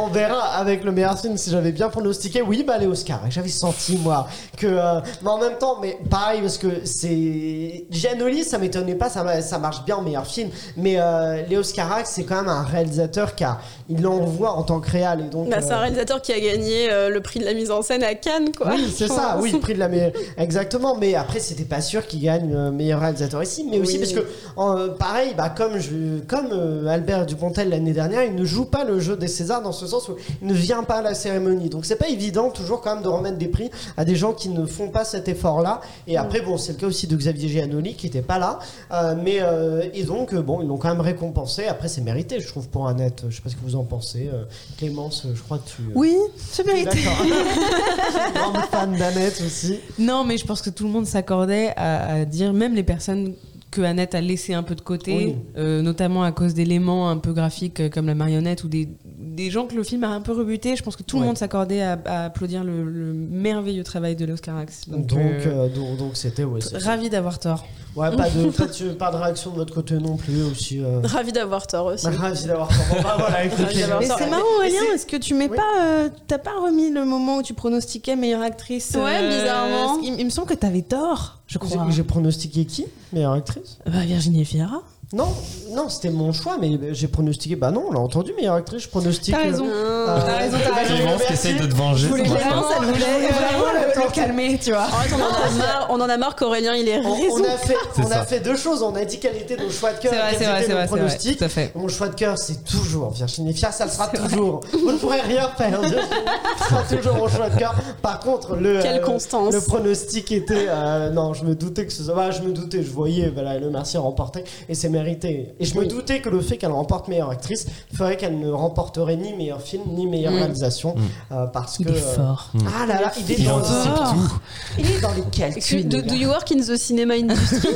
[SPEAKER 9] On verra avec le meilleur film si j'avais bien pronostiqué. Oui, bah les Oscars. J'avais senti moi que, euh, mais en même temps, mais pareil parce que c'est Gianoli, ça m'étonnait pas, ça, ma- ça marche bien en meilleur film. Mais euh, les Oscars, c'est quand même un réalisateur qui a, il l'envoie en tant que réal et donc.
[SPEAKER 10] Bah, c'est un
[SPEAKER 9] euh,
[SPEAKER 10] réalisateur qui a gagné euh, le prix de la mise en scène à Cannes, quoi.
[SPEAKER 9] oui, c'est
[SPEAKER 10] Je
[SPEAKER 9] ça,
[SPEAKER 10] pense.
[SPEAKER 9] oui, le prix de la meilleure. Exactement, mais après, c'était pas sûr qu'il gagne euh, meilleur réalisateur ici, mais
[SPEAKER 10] Oui.
[SPEAKER 9] aussi parce que, en, euh, pareil, bah, comme, je, comme euh, Albert Dupontel l'année dernière, il ne joue pas le jeu des Césars dans ce sens où il ne vient pas à la cérémonie. Donc, c'est pas évident toujours quand même de remettre des prix à des gens qui ne font pas cet effort-là. Et
[SPEAKER 10] Mm.
[SPEAKER 9] après, bon, c'est le cas aussi de Xavier Giannoli qui était pas là, euh, mais euh, et donc, euh, bon, ils l'ont quand même récompensé. Après, c'est mérité, je trouve, pour Annette. Je sais pas ce que vous en pensez. euh, Clémence, euh, je crois que tu.
[SPEAKER 12] Oui, c'est mérité.
[SPEAKER 9] D'accord. grande fan d'Annette aussi.
[SPEAKER 12] Non, mais je pense que tout le monde s'accordait à, à dire, même les personnes que Annette a laissé un peu de côté,
[SPEAKER 9] Oui.
[SPEAKER 12] euh, notamment à cause d'éléments un peu graphiques euh, comme la marionnette ou des, des gens que le film a un peu rebuté. Je pense que tout le
[SPEAKER 9] Ouais.
[SPEAKER 12] monde s'accordait à, à applaudir le, le merveilleux travail de l'Oscar Axe.
[SPEAKER 9] Donc,
[SPEAKER 12] Donc,
[SPEAKER 9] euh, donc, donc c'était ouais,
[SPEAKER 4] euh,
[SPEAKER 9] c'est-
[SPEAKER 12] ravi d'avoir tort.
[SPEAKER 9] ouais, pas de pas de, pas de réaction de votre côté non plus aussi. euh.
[SPEAKER 10] Ravi d'avoir tort aussi.
[SPEAKER 9] Ravi d'avoir. Bon, bah, voilà, écoutez.
[SPEAKER 10] Ravi d'avoir
[SPEAKER 12] Ah, Mais
[SPEAKER 10] tort.
[SPEAKER 12] c'est marrant, Aurélien, est-ce que tu mets
[SPEAKER 9] Oui.
[SPEAKER 12] pas. euh, T'as pas remis le moment où tu pronostiquais meilleure actrice euh,
[SPEAKER 10] Ouais, bizarrement.
[SPEAKER 12] Il, il me semble que t'avais tort, je
[SPEAKER 9] J'ai-
[SPEAKER 12] crois.
[SPEAKER 9] J'ai pronostiqué qui Meilleure actrice
[SPEAKER 12] Bah, Virginie Fira.
[SPEAKER 9] Non, non, c'était mon choix, mais j'ai pronostiqué. Bah non, on l'a entendu, meilleure actrice, je pronostique.
[SPEAKER 12] T'as raison.
[SPEAKER 9] euh,
[SPEAKER 12] T'as raison, t'as raison.
[SPEAKER 11] Clémence qui essaye de te venger. ça marche pas.
[SPEAKER 12] Vraiment, ça voulait vraiment le,
[SPEAKER 9] attends.
[SPEAKER 12] le calmer, tu vois.
[SPEAKER 10] En fait, on en a marre, on en a marre qu'Aurélien, il est
[SPEAKER 9] On, on a fait,
[SPEAKER 11] C'est
[SPEAKER 9] on a
[SPEAKER 11] ça.
[SPEAKER 9] fait deux choses. On a dit quelle était nos choix de cœur,
[SPEAKER 12] C'est vrai,
[SPEAKER 9] et
[SPEAKER 12] c'est
[SPEAKER 9] quels
[SPEAKER 12] vrai,
[SPEAKER 9] étaient
[SPEAKER 12] c'est
[SPEAKER 9] nos
[SPEAKER 12] vrai, c'est vrai,
[SPEAKER 9] pronostics.
[SPEAKER 12] tout à fait.
[SPEAKER 9] Mon choix de cœur, c'est toujours Virginie Fia, ça le sera toujours. Vous ne pourrez rien faire. Virginie Fira sera toujours mon choix de cœur. Par contre, le euh,
[SPEAKER 10] Quelle constance.
[SPEAKER 9] Le pronostic était euh, non, je me doutais que ce soit. bah, je me doutais, je voyais voilà, le Mercier remporter et c'est mérité. Et je me doutais que le fait qu'elle remporte meilleure actrice ferait qu'elle ne remporterait ni meilleur film ni meilleure réalisation euh, parce que euh, ah là là, il est
[SPEAKER 11] Il
[SPEAKER 9] dans
[SPEAKER 11] anticipe tout.
[SPEAKER 9] il est dans les calculs.
[SPEAKER 10] Do,
[SPEAKER 9] le gars.
[SPEAKER 10] do you work in the cinema industry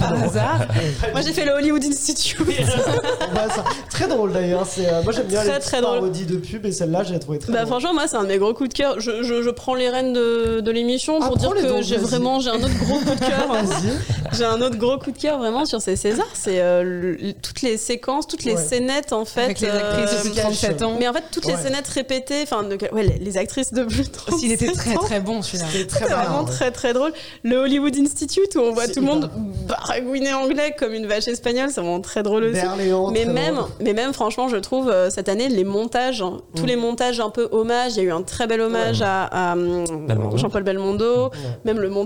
[SPEAKER 12] Par hasard.
[SPEAKER 10] Moi j'ai fait le Hollywood Institute.
[SPEAKER 9] On voit Bah, ça. Très drôle d'ailleurs. C'est euh, moi j'aime bien
[SPEAKER 10] Très,
[SPEAKER 9] les
[SPEAKER 10] très
[SPEAKER 9] petites
[SPEAKER 10] drôle.
[SPEAKER 9] parodies de pub et celle-là j'ai trouvé très.
[SPEAKER 10] bah
[SPEAKER 9] drôle.
[SPEAKER 10] franchement moi c'est un de mes gros coups de cœur. Je, je, je prends les rênes de, de l'émission
[SPEAKER 9] Ah,
[SPEAKER 10] pour dire
[SPEAKER 9] prends-les
[SPEAKER 10] que
[SPEAKER 9] donc,
[SPEAKER 10] j'ai
[SPEAKER 9] vas-y.
[SPEAKER 10] vraiment j'ai un autre gros coup de cœur.
[SPEAKER 9] Vas-y.
[SPEAKER 10] j'ai un autre gros coup de cœur vraiment sur ces Césars. C'est euh, le- toutes les séquences, toutes les
[SPEAKER 9] Ouais.
[SPEAKER 10] scénettes en fait.
[SPEAKER 12] Avec les
[SPEAKER 10] euh,
[SPEAKER 12] actrices de plus de 37 ans.
[SPEAKER 10] mais en fait toutes les
[SPEAKER 9] Ouais.
[SPEAKER 10] scénettes répétées. Enfin de- ouais, les, les actrices de plus de 37
[SPEAKER 12] S'il était très
[SPEAKER 10] ans.
[SPEAKER 12] très bon celui-là.
[SPEAKER 9] C'est très
[SPEAKER 10] C'est
[SPEAKER 9] marrant.
[SPEAKER 10] vraiment très très drôle. Le Hollywood Institute où on voit
[SPEAKER 9] C'est
[SPEAKER 10] tout le monde
[SPEAKER 9] hyper
[SPEAKER 10] baragouiner anglais comme une vache espagnole, c'est vraiment très drôle
[SPEAKER 9] Ben
[SPEAKER 10] aussi.
[SPEAKER 9] Berléand,
[SPEAKER 10] Mais
[SPEAKER 9] très
[SPEAKER 10] même,
[SPEAKER 9] drôle.
[SPEAKER 10] mais même, franchement, je trouve euh, cette année les montages, hein,
[SPEAKER 12] Mm.
[SPEAKER 10] tous les montages un peu hommage. Il y a eu un très bel hommage à, à, euh,
[SPEAKER 11] Belmondo.
[SPEAKER 10] Jean-Paul
[SPEAKER 12] Mm.
[SPEAKER 10] Belmondo. Même le montage.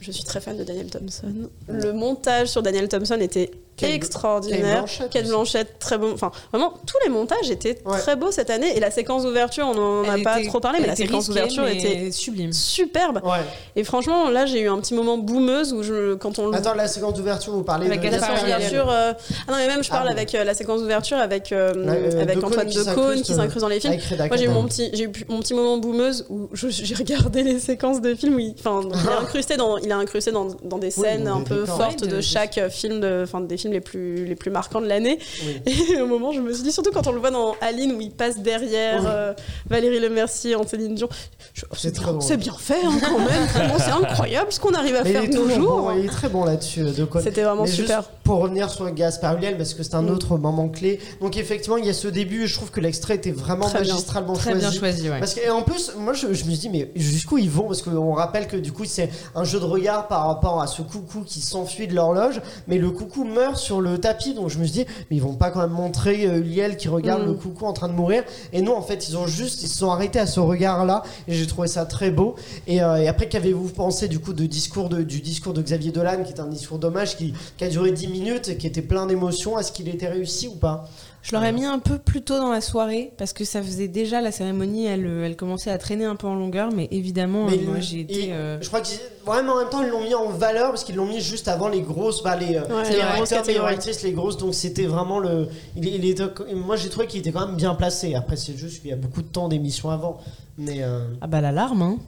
[SPEAKER 10] je suis très fan de Daniel Thompson. Le montage sur Daniel Thompson était
[SPEAKER 9] Kate- Kate
[SPEAKER 10] extraordinaire.
[SPEAKER 9] Blanchett
[SPEAKER 10] Kate
[SPEAKER 9] aussi.
[SPEAKER 10] Blanchett, très bon. Enfin, vraiment, tous les montages étaient
[SPEAKER 9] Ouais.
[SPEAKER 10] très beaux cette année. Et la séquence d'ouverture, on n'en a
[SPEAKER 12] Elle
[SPEAKER 10] pas
[SPEAKER 12] était-
[SPEAKER 10] trop parlé, mais
[SPEAKER 12] elle
[SPEAKER 10] la
[SPEAKER 12] était
[SPEAKER 10] séquence
[SPEAKER 12] risquée,
[SPEAKER 10] d'ouverture
[SPEAKER 12] mais
[SPEAKER 10] était
[SPEAKER 12] sublime.
[SPEAKER 10] superbe.
[SPEAKER 9] Ouais.
[SPEAKER 10] Et franchement, là, j'ai eu un petit moment boumeuse où je, quand on le
[SPEAKER 9] Attends la séquence d'ouverture vous parlez
[SPEAKER 12] Avec
[SPEAKER 9] de
[SPEAKER 10] la séquence
[SPEAKER 12] Gaspard
[SPEAKER 10] d'ouverture, euh, ah non mais même je
[SPEAKER 9] Ah
[SPEAKER 10] parle
[SPEAKER 9] oui.
[SPEAKER 10] avec euh, la séquence d'ouverture avec euh,
[SPEAKER 9] La- euh,
[SPEAKER 10] avec
[SPEAKER 9] Decaune
[SPEAKER 10] Antoine
[SPEAKER 9] qui
[SPEAKER 10] Decaune
[SPEAKER 9] s'incruste,
[SPEAKER 10] qui s'incruste dans les films.
[SPEAKER 9] avec Reda
[SPEAKER 10] Moi j'ai eu
[SPEAKER 9] Kattan.
[SPEAKER 10] mon petit j'ai eu mon petit moment boumeuse où je- j'ai regardé les séquences de films où il, enfin il est incrusté dans il est incrusté dans, dans des
[SPEAKER 9] Oui,
[SPEAKER 10] scènes
[SPEAKER 9] dans
[SPEAKER 10] un
[SPEAKER 9] des
[SPEAKER 10] peu
[SPEAKER 9] décors.
[SPEAKER 10] fortes
[SPEAKER 12] Oui, de-
[SPEAKER 10] de, chaque euh, film de enfin des films les plus les plus marquants de l'année.
[SPEAKER 9] Oui.
[SPEAKER 10] Et au moment je me suis dit surtout quand on le voit dans Aline où il passe derrière
[SPEAKER 9] Oui.
[SPEAKER 10] euh, Valérie Lemercier, Anthony Dion. je-
[SPEAKER 9] C'est très
[SPEAKER 10] bien,
[SPEAKER 9] drôle.
[SPEAKER 10] c'est bien fait hein, quand même. Vraiment, c'est incroyable ce qu'on arrive à
[SPEAKER 9] Mais il
[SPEAKER 10] faire
[SPEAKER 9] est,
[SPEAKER 10] de nos
[SPEAKER 9] toujours
[SPEAKER 10] jours.
[SPEAKER 9] bon, il est très bon là-dessus, euh, de quoi.
[SPEAKER 10] C'était vraiment
[SPEAKER 9] Mais juste
[SPEAKER 10] super. Mm.
[SPEAKER 9] pour revenir sur Gaspard Ulliel, parce que c'est un autre moment clé. Donc effectivement, il y a ce début. Je trouve que l'extrait était vraiment
[SPEAKER 10] Très bien.
[SPEAKER 9] magistralement
[SPEAKER 12] Très bien choisi, ouais.
[SPEAKER 9] Parce que, et en plus, moi je, je me dis, mais jusqu'où ils vont Parce qu'on rappelle que du coup, c'est un jeu de regard par rapport à ce coucou qui s'enfuit de l'horloge, mais le coucou meurt sur le tapis. Donc je me dis, mais ils vont pas quand même montrer euh, Liel qui regarde le coucou en train de mourir. Et non, en fait, ils ont juste, ils se sont arrêtés à ce regard-là. Et j'ai trouvé ça très beau. Et, euh, et après, qu'avez-vous pensé du coup de discours de, du discours de Xavier Dolan, qui est un discours d'hommage qui, qui a duré 10 minutes et qui était plein d'émotions Est-ce qu'il était réussi ou pas
[SPEAKER 12] Je l'aurais mis un peu plus tôt dans la soirée parce que ça faisait déjà la cérémonie, elle, euh, elle commençait à traîner un peu en longueur, mais évidemment,
[SPEAKER 9] Mais
[SPEAKER 12] euh, moi
[SPEAKER 9] ils-
[SPEAKER 12] j'ai
[SPEAKER 9] ils-
[SPEAKER 12] été. euh,
[SPEAKER 9] Je crois que vraiment en même temps ils l'ont mis en valeur parce qu'ils l'ont mis juste avant les grosses, bah, les, euh,
[SPEAKER 10] Ouais, les
[SPEAKER 9] les
[SPEAKER 10] grosses
[SPEAKER 9] acteurs, les
[SPEAKER 10] catégories.
[SPEAKER 9] actrices, les grosses. Donc c'était vraiment le. Il, il était- moi j'ai trouvé qu'il était quand même bien placé. Après c'est juste qu'il y a beaucoup de temps d'émission avant. Mais euh,
[SPEAKER 12] Ah bah l'alarme, hein.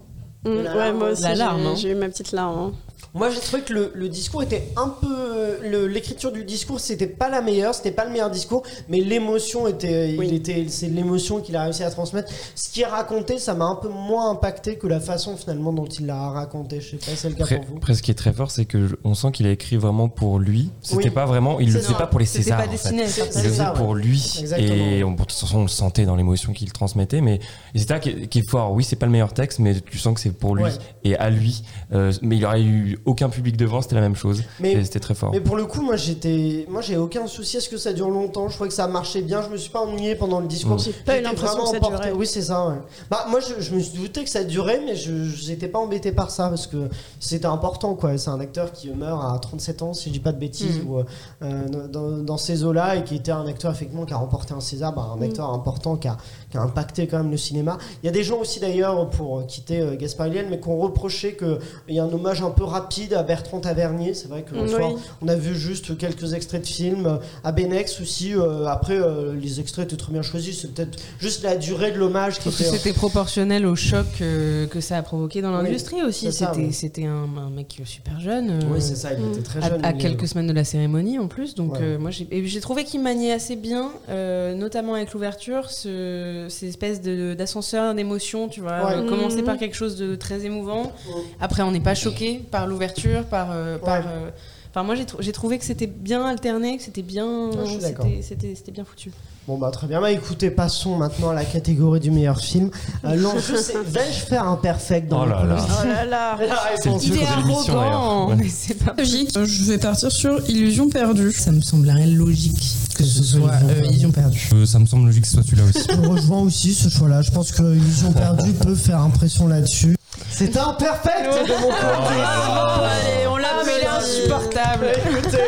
[SPEAKER 10] Mm,
[SPEAKER 9] La
[SPEAKER 10] ouais,
[SPEAKER 9] larme.
[SPEAKER 10] moi aussi,
[SPEAKER 12] La
[SPEAKER 10] j'ai-
[SPEAKER 12] larme, hein.
[SPEAKER 10] j'ai eu ma petite larme. hein.
[SPEAKER 9] moi j'ai trouvé que le, le discours était un peu. euh, le- L'écriture du discours c'était pas la meilleure, c'était pas le meilleur discours, mais l'émotion était.
[SPEAKER 10] Oui.
[SPEAKER 9] Il était. C'est l'émotion qu'il a réussi à transmettre. Ce qu'il racontait, ça m'a un peu moins impacté que la façon finalement dont il l'a raconté. Je sais pas, si c'est le cas
[SPEAKER 11] Après,
[SPEAKER 9] pour vous.
[SPEAKER 11] après, ce qui est très fort, c'est que je- on sent qu'il a écrit vraiment pour lui. C'était
[SPEAKER 9] Oui.
[SPEAKER 11] pas vraiment, il le
[SPEAKER 9] C'est
[SPEAKER 11] faisait
[SPEAKER 9] ça.
[SPEAKER 11] pas pour les
[SPEAKER 12] C'était
[SPEAKER 11] Césars.
[SPEAKER 12] pas
[SPEAKER 11] en fait.
[SPEAKER 12] destiné à faire
[SPEAKER 11] Il le
[SPEAKER 9] C'est
[SPEAKER 11] faisait
[SPEAKER 9] ça, ouais.
[SPEAKER 11] pour lui et
[SPEAKER 9] Exactement.
[SPEAKER 11] on, de toute façon on le sentait dans l'émotion qu'il transmettait mais et c'est ça qui est, qui est fort oui c'est pas le meilleur texte mais tu sens que c'est pour lui
[SPEAKER 9] Ouais.
[SPEAKER 11] et à lui Euh, mais il aurait eu aucun public devant c'était la même chose
[SPEAKER 9] Mais-
[SPEAKER 11] et c'était très fort
[SPEAKER 9] Mais pour le coup, moi j'étais, moi j'ai aucun souci à ce que ça dure longtemps. Je crois que ça marchait bien. Je me suis pas ennuyé pendant le discours.
[SPEAKER 11] Mmh.
[SPEAKER 10] J'ai pas eu
[SPEAKER 9] J'étais
[SPEAKER 10] l'impression
[SPEAKER 9] vraiment
[SPEAKER 10] que ça
[SPEAKER 9] emporté.
[SPEAKER 10] durait.
[SPEAKER 9] Oui, c'est ça. ouais. Bah moi, je, je me suis douté que ça durait, mais je j'étais pas embêté par ça parce que c'était important, quoi. C'est un acteur qui meurt à 37 ans, si je dis pas de bêtises,
[SPEAKER 10] Mm.
[SPEAKER 9] ou euh, dans, dans ces eaux-là, et qui était un acteur effectivement qui a remporté un César, bah,
[SPEAKER 10] Mm.
[SPEAKER 9] un acteur important qui a, qui a impacté quand même le cinéma. Il y a des gens aussi d'ailleurs pour quitter euh, Gaspard Ulliel, mais qui ont reproché que il y a un hommage un peu rapide à Bertrand Tavernier. C'est vrai que en
[SPEAKER 10] Oui.
[SPEAKER 9] soi, on a vu juste quelques extraits de films. À Benex aussi, euh, après, euh, les extraits étaient très bien choisis. C'est peut-être juste la durée de l'hommage qui
[SPEAKER 12] Parce que
[SPEAKER 9] était.
[SPEAKER 12] c'était proportionnel au choc euh, que ça a provoqué dans
[SPEAKER 9] Oui,
[SPEAKER 12] l'industrie aussi.
[SPEAKER 9] c'est ça,
[SPEAKER 12] C'était
[SPEAKER 9] oui.
[SPEAKER 12] c'était un, un mec super jeune. euh,
[SPEAKER 9] Oui, c'est ça, il était très
[SPEAKER 12] à,
[SPEAKER 9] jeune. euh,
[SPEAKER 12] à
[SPEAKER 9] il est-
[SPEAKER 12] quelques semaines de la cérémonie en plus. Donc
[SPEAKER 9] Ouais.
[SPEAKER 12] euh, moi j'ai et j'ai trouvé qu'il maniait assez bien, euh, notamment avec l'ouverture, ce, ces espèces de- d'ascenseur d'émotion, tu vois.
[SPEAKER 9] Ouais.
[SPEAKER 12] euh, Commencer
[SPEAKER 10] Mhm.
[SPEAKER 12] par quelque chose de très émouvant.
[SPEAKER 9] Ouais.
[SPEAKER 12] Après on n'est pas choqué par l'ouverture, par... euh, par euh, Enfin, moi, j'ai trou- j'ai trouvé que c'était bien alterné, que c'était bien,
[SPEAKER 9] je suis d'accord.
[SPEAKER 12] c'était- c'était c'était bien foutu.
[SPEAKER 9] Bon, bah, très bien. Bah, écoutez, passons maintenant à la catégorie du meilleur film. Euh, L'enjeu, c'est vais-je faire un perfect dans
[SPEAKER 11] Oh
[SPEAKER 9] le
[SPEAKER 11] là là.
[SPEAKER 9] pronostic
[SPEAKER 10] Oh là là.
[SPEAKER 12] Ah,
[SPEAKER 9] La
[SPEAKER 11] C'est le
[SPEAKER 9] réponse.
[SPEAKER 11] titre de l'émission d'ailleurs. Ouais.
[SPEAKER 12] mais c'est pas
[SPEAKER 4] Logique. Je vais partir sur Illusion perdue. Ça me semblerait logique que ce soit euh, Illusion perdue.
[SPEAKER 11] Euh, ça me semble logique que ce soit celui-là aussi
[SPEAKER 9] Je rejoins aussi ce choix-là. Je pense que Illusion perdue peut faire impression là-dessus. C'est un perfect de mon
[SPEAKER 11] Oh
[SPEAKER 9] côté.
[SPEAKER 10] Allez, on l'a
[SPEAKER 12] Ah, mais il est insupportable.
[SPEAKER 9] Écoutez,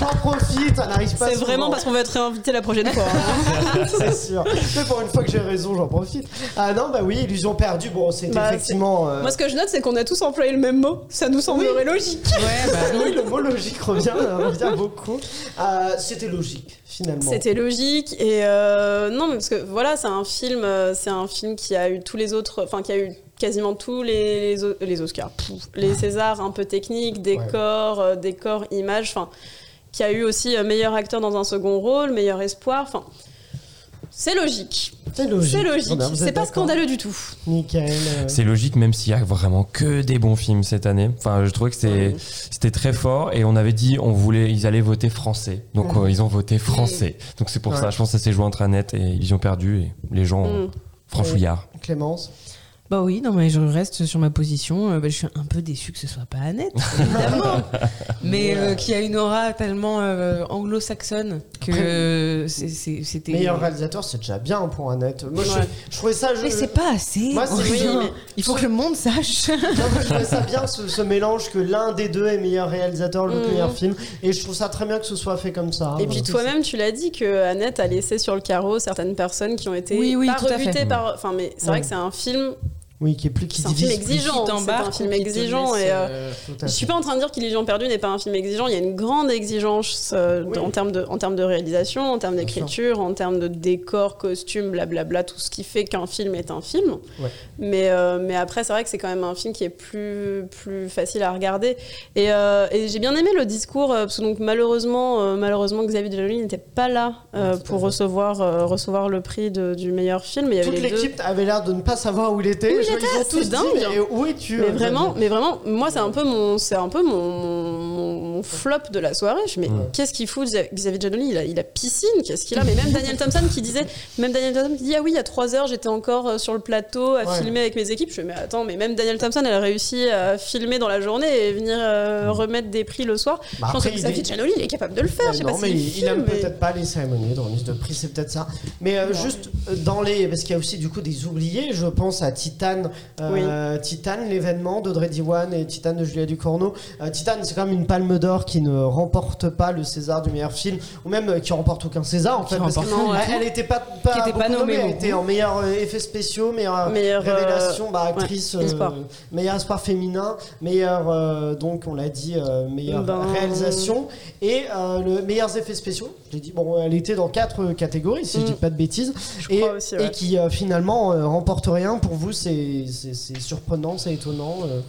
[SPEAKER 9] j'en profite, on n'arrive pas
[SPEAKER 10] C'est vraiment
[SPEAKER 9] souvent.
[SPEAKER 10] parce qu'on va être réinvité la prochaine fois. hein.
[SPEAKER 9] C'est sûr. Mais pour une fois que j'ai raison, j'en profite. Ah non, bah oui, illusion perdue. Bon, c'est
[SPEAKER 10] Bah,
[SPEAKER 9] effectivement. euh,
[SPEAKER 10] Moi, ce que je note, c'est qu'on a tous employé le même mot. Ça nous semblerait logique. bah
[SPEAKER 9] oui, le mot logique revient, euh, revient beaucoup. Euh, C'était logique, finalement.
[SPEAKER 10] C'était logique et euh, non mais parce que voilà c'est un film euh, c'est un film qui a eu tous les autres enfin qui a eu quasiment tous les les, O- les Oscars pouf, les Césars un peu techniques décors euh, décors images enfin qui a eu aussi euh, meilleur acteur dans un second rôle meilleur espoir enfin c'est logique
[SPEAKER 9] C'est logique.
[SPEAKER 10] c'est
[SPEAKER 9] Très
[SPEAKER 10] logique ben,
[SPEAKER 9] bien, vous
[SPEAKER 10] c'est
[SPEAKER 9] êtes
[SPEAKER 10] pas
[SPEAKER 9] d'accord.
[SPEAKER 10] scandaleux du tout
[SPEAKER 9] Nickel. euh,
[SPEAKER 11] C'est logique, même s'il y a vraiment que des bons films cette année. Enfin, je trouvais que c'était c'était très fort et on avait dit on voulait, ils allaient voter français. Donc euh, ils ont voté français. Donc c'est pour
[SPEAKER 9] Ouais.
[SPEAKER 11] ça, je pense que ça s'est joué entre Annette et ils ont perdu et les gens euh, ont-
[SPEAKER 10] Mm.
[SPEAKER 11] franchouillards.
[SPEAKER 9] Clémence.
[SPEAKER 12] Bah oui, non, mais je reste sur ma position. Euh, bah, je suis un peu déçu que ce soit pas Annette, évidemment. mais euh, qui a une aura tellement euh, anglo-saxonne que euh, c'est- c'est- c'était.
[SPEAKER 9] Meilleur réalisateur, c'est déjà bien pour Annette. Moi, je-
[SPEAKER 10] Ouais.
[SPEAKER 9] je, trouvais ça. Je,
[SPEAKER 12] Mais c'est pas assez.
[SPEAKER 9] Moi, c'est-
[SPEAKER 12] Aurélien.
[SPEAKER 9] oui, mais-
[SPEAKER 12] Il faut que le monde sache.
[SPEAKER 9] Non, mais je trouvais ça bien ce, ce mélange que l'un des deux est meilleur réalisateur, le
[SPEAKER 10] Mhm.
[SPEAKER 9] meilleur film. Et je trouve ça très bien que ce soit fait comme ça. hein.
[SPEAKER 12] Ah,
[SPEAKER 10] Et puis
[SPEAKER 9] Voilà.
[SPEAKER 10] toi-même, tu l'as dit que Annette a laissé sur le carreau certaines personnes qui ont été
[SPEAKER 12] Oui, oui,
[SPEAKER 10] pas
[SPEAKER 12] tout à fait.
[SPEAKER 10] rebutées par. Enfin, mais c'est
[SPEAKER 9] Ouais.
[SPEAKER 10] vrai que c'est un film,
[SPEAKER 9] Oui, qui est plus qui
[SPEAKER 10] c'est un film
[SPEAKER 9] divise. plus.
[SPEAKER 10] exigeant. C'est un
[SPEAKER 12] t'embarque
[SPEAKER 10] film
[SPEAKER 12] ou qui te
[SPEAKER 10] exigeant
[SPEAKER 12] laisse,
[SPEAKER 10] et. euh,
[SPEAKER 12] euh,
[SPEAKER 9] Tout à
[SPEAKER 10] Je
[SPEAKER 9] fait.
[SPEAKER 10] suis pas en train de dire qu'Illusion perdue n'est pas un film exigeant. Il y a une grande exigence euh,
[SPEAKER 9] Oui.
[SPEAKER 10] en, termes de, en termes de réalisation, en termes d'écriture, en termes de décor, costume, blablabla, tout ce qui fait qu'un film est un film.
[SPEAKER 9] Ouais.
[SPEAKER 10] Mais, euh, mais après, c'est vrai que c'est quand même un film qui est plus, plus facile à regarder. Et, euh, et j'ai bien aimé le discours, euh, parce que donc, malheureusement, euh, malheureusement, Xavier Dolan n'était pas là euh,
[SPEAKER 9] Ouais, tout à
[SPEAKER 10] pour
[SPEAKER 9] fait.
[SPEAKER 10] recevoir, euh, recevoir le prix de- du meilleur film. Il y avait
[SPEAKER 9] Toute
[SPEAKER 10] les deux.
[SPEAKER 9] l'équipe avait l'air de ne pas savoir où il était.
[SPEAKER 10] Où il
[SPEAKER 9] Je-
[SPEAKER 10] était,
[SPEAKER 9] ils ont
[SPEAKER 10] c'est
[SPEAKER 9] tous
[SPEAKER 10] dingue.
[SPEAKER 9] dit, mais où es-tu
[SPEAKER 10] Mais
[SPEAKER 9] euh,
[SPEAKER 10] vraiment,
[SPEAKER 9] Xavier
[SPEAKER 10] mais vraiment, moi c'est un peu mon, c'est un peu mon, mon, mon- mon flop de la soirée. Je me dis, mais qu'est-ce qu'il fout Xav- Xavier Giannoli Il a, il a piscine, qu'est-ce qu'il a Mais même Daniel Thompson qui disait, même Daniel Thompson qui dit ah oui, il y a trois heures j'étais encore euh, sur le plateau à
[SPEAKER 9] Ouais.
[SPEAKER 10] filmer avec mes équipes. Je me dis, mais attends, mais même Daniel Thompson elle a réussi à filmer dans la journée et venir euh, remettre des prix le soir.
[SPEAKER 9] Bah
[SPEAKER 10] je pense
[SPEAKER 9] après,
[SPEAKER 10] que
[SPEAKER 9] il
[SPEAKER 10] Xavier
[SPEAKER 9] est-
[SPEAKER 10] Giannoli il est capable de le faire.
[SPEAKER 9] Mais
[SPEAKER 10] je sais
[SPEAKER 9] non,
[SPEAKER 10] pas
[SPEAKER 9] mais
[SPEAKER 10] s'il
[SPEAKER 9] il, il
[SPEAKER 10] filme,
[SPEAKER 9] aime
[SPEAKER 10] mais-
[SPEAKER 9] peut-être pas les cérémonies dans liste de prix, c'est peut-être ça. Mais euh, juste euh, dans les. Parce qu'il y a aussi du coup des oubliés, je pense à Titan, euh, Titan l'événement d'Audrey Diwan et Titan de Julia Ducorneau. Euh, Titan, c'est quand même une palme d'or Picture qui ne remporte pas le César du meilleur film, ou même euh, qui remporte aucun César en fait. parce
[SPEAKER 12] remporte
[SPEAKER 9] que
[SPEAKER 10] rien du
[SPEAKER 9] elle-
[SPEAKER 10] tout.
[SPEAKER 9] elle n'était pas, pas,
[SPEAKER 12] Qui était pas
[SPEAKER 9] beaucoup
[SPEAKER 12] nommée
[SPEAKER 9] Elle
[SPEAKER 12] beaucoup.
[SPEAKER 9] était en meilleur euh, effet spéciaux, meilleure,
[SPEAKER 10] Meilleur, euh,
[SPEAKER 9] révélation, bah, actrice,
[SPEAKER 10] ouais, espoir.
[SPEAKER 9] euh, meilleur espoir féminin, meilleur, euh, donc on l'a dit, euh, meilleure
[SPEAKER 10] Ben,
[SPEAKER 9] réalisation et euh, le meilleurs effets spéciaux. J'ai dit, bon, elle était dans quatre euh, catégories, si je
[SPEAKER 10] Mm.
[SPEAKER 9] dis pas de bêtises.
[SPEAKER 10] Je
[SPEAKER 9] et,
[SPEAKER 10] crois aussi,
[SPEAKER 9] et
[SPEAKER 10] ouais.
[SPEAKER 9] qui euh, finalement euh, remporte rien. Pour vous, c'est c'est- c'est surprenant, c'est étonnant. euh,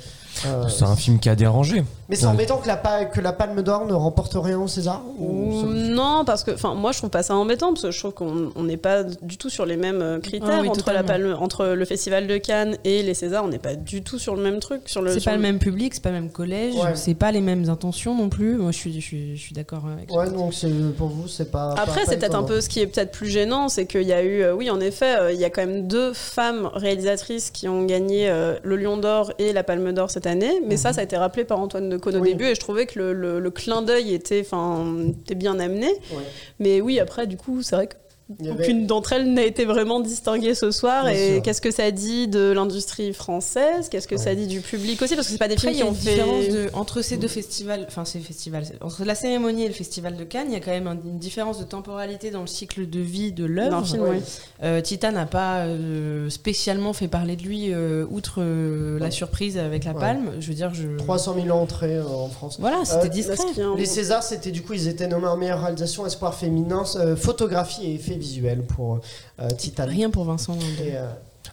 [SPEAKER 9] euh,
[SPEAKER 11] C'est un film qui a dérangé.
[SPEAKER 9] mais c'est
[SPEAKER 11] Ouais.
[SPEAKER 9] embêtant que la, pa- que la Palme d'Or ne remporte rien au César. ou
[SPEAKER 10] Ou-
[SPEAKER 9] ça-
[SPEAKER 10] Non, parce que enfin moi je trouve pas ça embêtant parce que je trouve qu'on on n'est pas du tout sur les mêmes euh, critères
[SPEAKER 12] Ah oui,
[SPEAKER 10] entre la
[SPEAKER 12] totalement.
[SPEAKER 10] palme, entre le festival de Cannes et les Césars, on n'est pas du tout sur le même truc sur le.
[SPEAKER 12] C'est
[SPEAKER 10] sur
[SPEAKER 12] pas le même public, c'est pas le même collège,
[SPEAKER 9] Ouais.
[SPEAKER 12] c'est pas les mêmes intentions non plus. Moi, je suis, je suis, je suis d'accord avec ça.
[SPEAKER 9] Ouais, donc c'est pour vous, c'est pas.
[SPEAKER 10] Après,
[SPEAKER 9] pas-
[SPEAKER 10] c'est
[SPEAKER 9] pas
[SPEAKER 10] peut-être un
[SPEAKER 9] étonnant.
[SPEAKER 10] peu ce qui est peut-être plus gênant, c'est qu'il y a eu, euh, oui, en effet, euh, il y a quand même deux femmes réalisatrices qui ont gagné euh, le Lion d'Or et la Palme d'Or cette année, mais
[SPEAKER 12] Mhm.
[SPEAKER 10] ça, ça a été rappelé par Antoine Decaune au
[SPEAKER 9] Oui.
[SPEAKER 10] début, et je trouvais que le, le- le clin d'œil était, enfin, était bien amené.
[SPEAKER 9] Ouais.
[SPEAKER 10] Mais oui, après, du coup, c'est vrai que
[SPEAKER 9] Il y avait-
[SPEAKER 10] aucune d'entre elles n'a été vraiment distinguée ce soir.
[SPEAKER 9] Bien
[SPEAKER 10] et
[SPEAKER 9] sûr.
[SPEAKER 10] qu'est-ce que ça dit de l'industrie française Qu'est-ce que ça dit du public aussi Parce que c'est pas des films
[SPEAKER 12] Après, il y a
[SPEAKER 10] qui
[SPEAKER 12] une
[SPEAKER 10] ont fait.
[SPEAKER 12] différence de- entre ces deux festivals, enfin ces festivals, c'est- entre la cérémonie et le festival de Cannes, il y a quand même un- une différence de temporalité dans le cycle de vie de
[SPEAKER 10] d'un
[SPEAKER 12] l'œuvre.
[SPEAKER 10] film, oui.
[SPEAKER 12] Euh, Tita n'a pas euh, spécialement fait parler de lui euh, outre euh, la surprise avec la
[SPEAKER 9] Ouais.
[SPEAKER 12] palme. Je veux dire, je
[SPEAKER 9] 300 000 entrées euh, en France.
[SPEAKER 12] voilà, c'était
[SPEAKER 9] Euh,
[SPEAKER 12] discret.
[SPEAKER 10] Parce qu'il y a un-
[SPEAKER 9] Les Césars, c'était du coup, ils étaient nommés en meilleure réalisation, espoir féminin, euh, photographie et effets visuels pour euh, Titan.
[SPEAKER 12] Rien pour Vincent. hein,
[SPEAKER 9] Et, euh,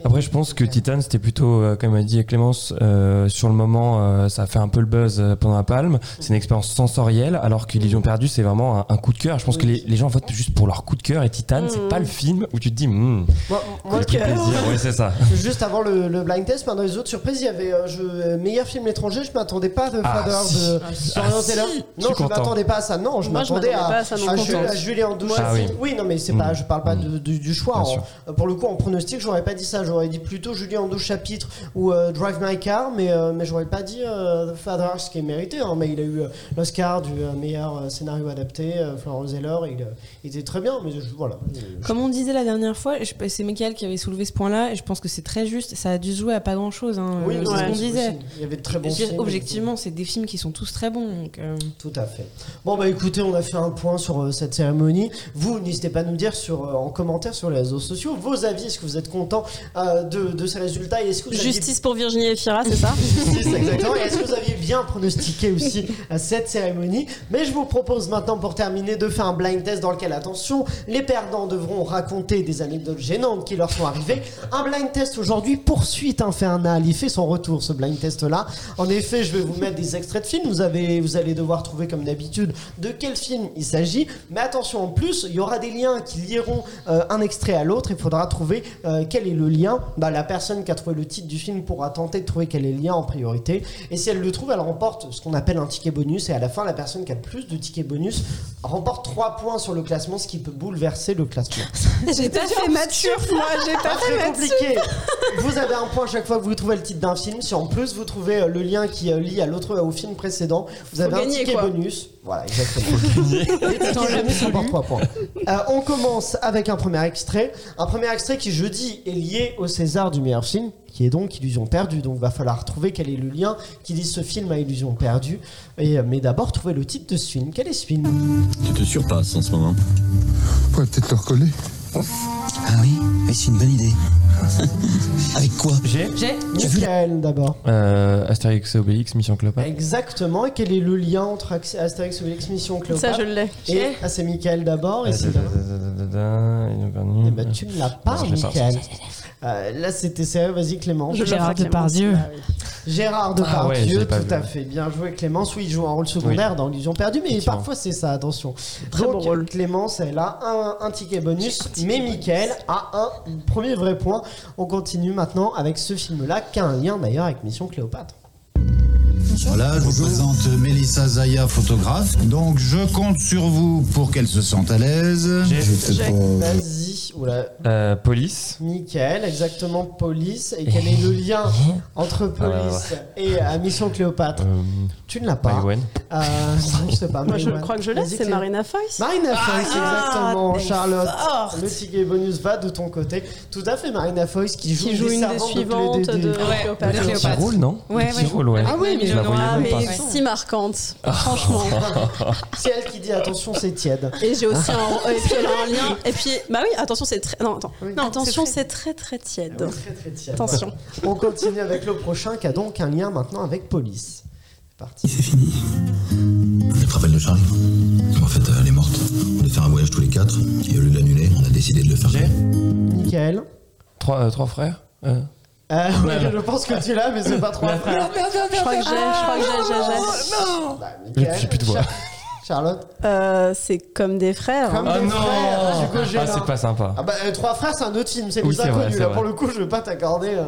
[SPEAKER 11] Après, je pense que Titan, c'était plutôt, euh, comme a dit Clémence, euh, sur le moment, euh, ça a fait un peu le buzz euh, pendant la palme. C'est une expérience sensorielle, alors que L'Illusion perdue, c'est vraiment un, un coup de cœur. Je pense que les, les gens votent juste pour leur coup de cœur et Titan, c'est
[SPEAKER 9] Mmh.
[SPEAKER 10] Mhm.
[SPEAKER 11] pas le film où tu te dis, Hmm,
[SPEAKER 9] moi, moi, euh,
[SPEAKER 11] j'ai pris plaisir. Ouais, c'est ça.
[SPEAKER 9] juste avant le, le blind test, pendant les autres surprises, il y avait euh, je, euh, meilleur film étranger. Je m'attendais pas à The
[SPEAKER 11] Ah,
[SPEAKER 9] Father
[SPEAKER 11] si.
[SPEAKER 9] de
[SPEAKER 12] Ah, si.
[SPEAKER 9] Florian
[SPEAKER 11] Ah, si.
[SPEAKER 9] Zeller. Non,
[SPEAKER 11] Je suis
[SPEAKER 9] je
[SPEAKER 11] content.
[SPEAKER 9] m'attendais pas à ça. Non, je
[SPEAKER 10] Moi, je
[SPEAKER 9] m'attendais à,
[SPEAKER 10] m'attendais pas à ça non
[SPEAKER 9] à
[SPEAKER 10] plus.
[SPEAKER 9] Ju-
[SPEAKER 10] Contente.
[SPEAKER 9] à Julien Douche.
[SPEAKER 11] Ah oui.
[SPEAKER 9] non, mais c'est pas,
[SPEAKER 11] Mm.
[SPEAKER 9] je parle pas
[SPEAKER 11] Mm.
[SPEAKER 9] de- du, du choix.
[SPEAKER 11] Bien
[SPEAKER 9] en-
[SPEAKER 11] sûr.
[SPEAKER 9] euh, Pour le coup, en pronostic, j'aurais pas dit ça. J'aurais dit plutôt Julien Douche chapitre ou euh, Drive My Car, mais euh, mais j'aurais pas dit euh, The Father, ce qui est mérité. hein. mais il a eu euh, l'Oscar du euh, meilleur euh, scénario adapté. euh, Florian Zeller, il, euh, il était très bien, mais je- voilà.
[SPEAKER 12] Comme on disait la dernière fois, je- c'est Michael qui avait soulevé ce point-là, et je pense que c'est très juste. Ça a dû se jouer à pas grand-chose. hein, euh, c'est ce
[SPEAKER 9] non,
[SPEAKER 10] ouais.
[SPEAKER 12] qu'on
[SPEAKER 9] c'est
[SPEAKER 12] disait.
[SPEAKER 9] possible. Il y avait de très bons
[SPEAKER 12] Je veux dire,
[SPEAKER 9] films.
[SPEAKER 12] objectivement, c'est des films qui sont tous très bons. donc, euh,
[SPEAKER 9] Tout à fait. Bon bah écoutez, on a fait un point sur euh, cette cérémonie. Vous n'hésitez pas à nous dire sur, euh, en commentaire sur les réseaux sociaux vos avis. Est-ce que vous êtes content euh, de, de ces résultats et est-ce que vous aviez-
[SPEAKER 10] Justice pour Virginie Efira, c'est ça
[SPEAKER 9] Justice, exactement. Et est-ce que vous aviez bien pronostiqué aussi à cette cérémonie Mais je vous propose maintenant pour terminer de faire un blind test dans lequel, attention, les perdants devront raconter des anecdotes gênantes qui leur sont arrivées. Un blind test aujourd'hui, poursuite infernale. Il fait son retour ce blind test là. En effet, je vais vous mettre des extraits de films. Vous, avez, vous allez devoir trouver comme d'habitude de quel film il s'agit. Mais attention, en plus, il y aura des liens qui lieront euh, un extrait à l'autre. Il faudra trouver euh, quel est le lien. Bah, la personne qui a trouvé le titre du film pourra tenter de trouver quel est le lien en priorité. Et si elle le trouve, elle remporte ce qu'on appelle un ticket bonus. Et à la fin, la personne qui a le plus de tickets bonus remporte 3 points sur le classement, ce qui peut bouleverser le classement.
[SPEAKER 12] J'ai pas fait mature, moi, j'ai
[SPEAKER 9] Pas très compliqué. Vous avez un point chaque fois que vous trouvez le titre d'un film. Si en plus vous trouvez euh, le lien qui euh, lie à l'autre au film précédent, vous avez un
[SPEAKER 10] gagner,
[SPEAKER 9] ticket
[SPEAKER 10] quoi.
[SPEAKER 9] bonus. Voilà, exactement. Les tickets bonus remportent trois points. Euh, on commence avec un premier extrait. Un premier extrait qui jeudi est lié au César du meilleur film, qui est donc Illusion perdue. Donc va falloir trouver quel est le lien qui lie ce film à Illusion perdue. Et, euh, mais d'abord trouver le titre de ce film. Quel est ce film
[SPEAKER 5] Tu te surpasses en ce moment.
[SPEAKER 6] pourrait peut-être leur coller.
[SPEAKER 5] Ah oui Oui, c'est une bonne idée. Avec quoi
[SPEAKER 11] J'ai
[SPEAKER 12] J'ai.
[SPEAKER 9] Michael d'abord.
[SPEAKER 11] euh, Astérix et Obélix, Mission Cléopâtre.
[SPEAKER 9] Exactement. Et quel est le lien entre Ax- Astérix Obélix Mission Cléopâtre
[SPEAKER 10] Ça, je l'ai.
[SPEAKER 9] Et ah, c'est Michael d'abord et Sylvain. Eh ben, tu ne l'as pas,
[SPEAKER 11] Non, je l'ai pas.
[SPEAKER 9] Michael. Euh, là, c'était sérieux. Vas-y, Clément.
[SPEAKER 10] Je
[SPEAKER 12] Gérard
[SPEAKER 10] l'ai, Clémence.
[SPEAKER 12] Depardieu.
[SPEAKER 9] Ah oui. Gérard
[SPEAKER 11] Ah ouais, je
[SPEAKER 9] Depardieu,
[SPEAKER 11] l'ai pas
[SPEAKER 9] tout
[SPEAKER 11] vu,
[SPEAKER 9] à
[SPEAKER 11] ouais.
[SPEAKER 9] fait. Bien joué, Clémence. Oui, il joue un rôle secondaire dans Illusion perdue, mais
[SPEAKER 11] Effectivement.
[SPEAKER 9] parfois c'est ça, attention.
[SPEAKER 10] Très
[SPEAKER 9] Donc,
[SPEAKER 10] bon rôle.
[SPEAKER 9] Clémence, elle a un, un ticket bonus, mais Michael a un premier vrai point. On continue maintenant avec ce film-là, qui a un lien d'ailleurs avec Mission Cléopâtre.
[SPEAKER 5] Voilà, je vous présente Mélissa Zaya, photographe. Donc, je compte sur vous pour qu'elle se sente à l'aise.
[SPEAKER 9] Vas-y. Oula,
[SPEAKER 11] Euh, Police.
[SPEAKER 9] Michael, exactement, Police. Et quel est le lien entre
[SPEAKER 11] Ah,
[SPEAKER 9] Police et euh, Mission Cléopâtre
[SPEAKER 11] Euh,
[SPEAKER 9] Tu ne l'as pas.
[SPEAKER 11] Maïwenn.
[SPEAKER 9] Euh, non, je sais pas.
[SPEAKER 10] Moi, je
[SPEAKER 9] Maïwenn.
[SPEAKER 10] crois que je l'ai,
[SPEAKER 9] Vas-y, Bah,
[SPEAKER 10] c'est
[SPEAKER 9] Clé-
[SPEAKER 10] Marina Foïs.
[SPEAKER 9] Marina Foïs, exactement,
[SPEAKER 10] t'es
[SPEAKER 9] Charlotte.
[SPEAKER 10] forte.
[SPEAKER 9] Le ticket bonus va de ton côté. Tout à fait, Marina Foïs qui joue,
[SPEAKER 10] Qui joue
[SPEAKER 9] des
[SPEAKER 10] une des
[SPEAKER 9] servantes, donc les-
[SPEAKER 10] suivantes
[SPEAKER 9] des- des-
[SPEAKER 10] de
[SPEAKER 12] Ouais,
[SPEAKER 10] Cléopâtre.
[SPEAKER 12] de
[SPEAKER 11] Petit
[SPEAKER 12] Cléopâtre.
[SPEAKER 11] rôle, non
[SPEAKER 12] Ouais,
[SPEAKER 11] Petit
[SPEAKER 12] ouais.
[SPEAKER 11] rôle, ouais.
[SPEAKER 9] Ah oui, mais
[SPEAKER 11] Je la voyez
[SPEAKER 10] Ah,
[SPEAKER 11] même
[SPEAKER 10] mais
[SPEAKER 11] pas.
[SPEAKER 10] si marquante,
[SPEAKER 9] Ah.
[SPEAKER 10] franchement.
[SPEAKER 9] C'est elle qui dit attention, c'est tiède.
[SPEAKER 10] Et j'ai aussi un, et puis elle a un lien. Et puis, bah oui, attention, c'est très. Non, attends.
[SPEAKER 9] Oui.
[SPEAKER 10] Non, attention, c'est très très tiède.
[SPEAKER 9] Très, très tiède.
[SPEAKER 10] Attention.
[SPEAKER 9] On continue avec le prochain qui a donc un lien maintenant avec police. C'est parti.
[SPEAKER 7] C'est fini. Le travail de Charlie. En fait, elle est morte. On devait faire un voyage tous les quatre. Et au lieu de l'annuler, on a décidé de le faire.
[SPEAKER 11] J'ai
[SPEAKER 9] Michael.
[SPEAKER 11] trois, euh, trois frères euh.
[SPEAKER 9] Euh, ouais,
[SPEAKER 11] Merde.
[SPEAKER 9] je pense que tu l'as, mais c'est pas trop
[SPEAKER 10] Je
[SPEAKER 9] frère.
[SPEAKER 10] crois que j'ai, je crois que j'ai, j'ai, j'ai.
[SPEAKER 9] Bah,
[SPEAKER 11] J'ai
[SPEAKER 9] Michael,
[SPEAKER 11] plus- j'ai plus de voix.
[SPEAKER 9] Char- Charlotte.
[SPEAKER 10] Euh, c'est comme des frères. hein.
[SPEAKER 9] Comme
[SPEAKER 11] Ah
[SPEAKER 9] des
[SPEAKER 11] non
[SPEAKER 9] frères, hein, du coup, j'ai
[SPEAKER 11] Ah,
[SPEAKER 9] un-
[SPEAKER 11] c'est pas sympa.
[SPEAKER 9] Ah bah, euh, Trois frères, c'est un autre film, c'est
[SPEAKER 11] Oui,
[SPEAKER 9] les
[SPEAKER 11] c'est vrai,
[SPEAKER 9] inconnus.
[SPEAKER 11] c'est
[SPEAKER 9] Là,
[SPEAKER 11] vrai.
[SPEAKER 9] pour le coup, je veux pas t'accorder euh,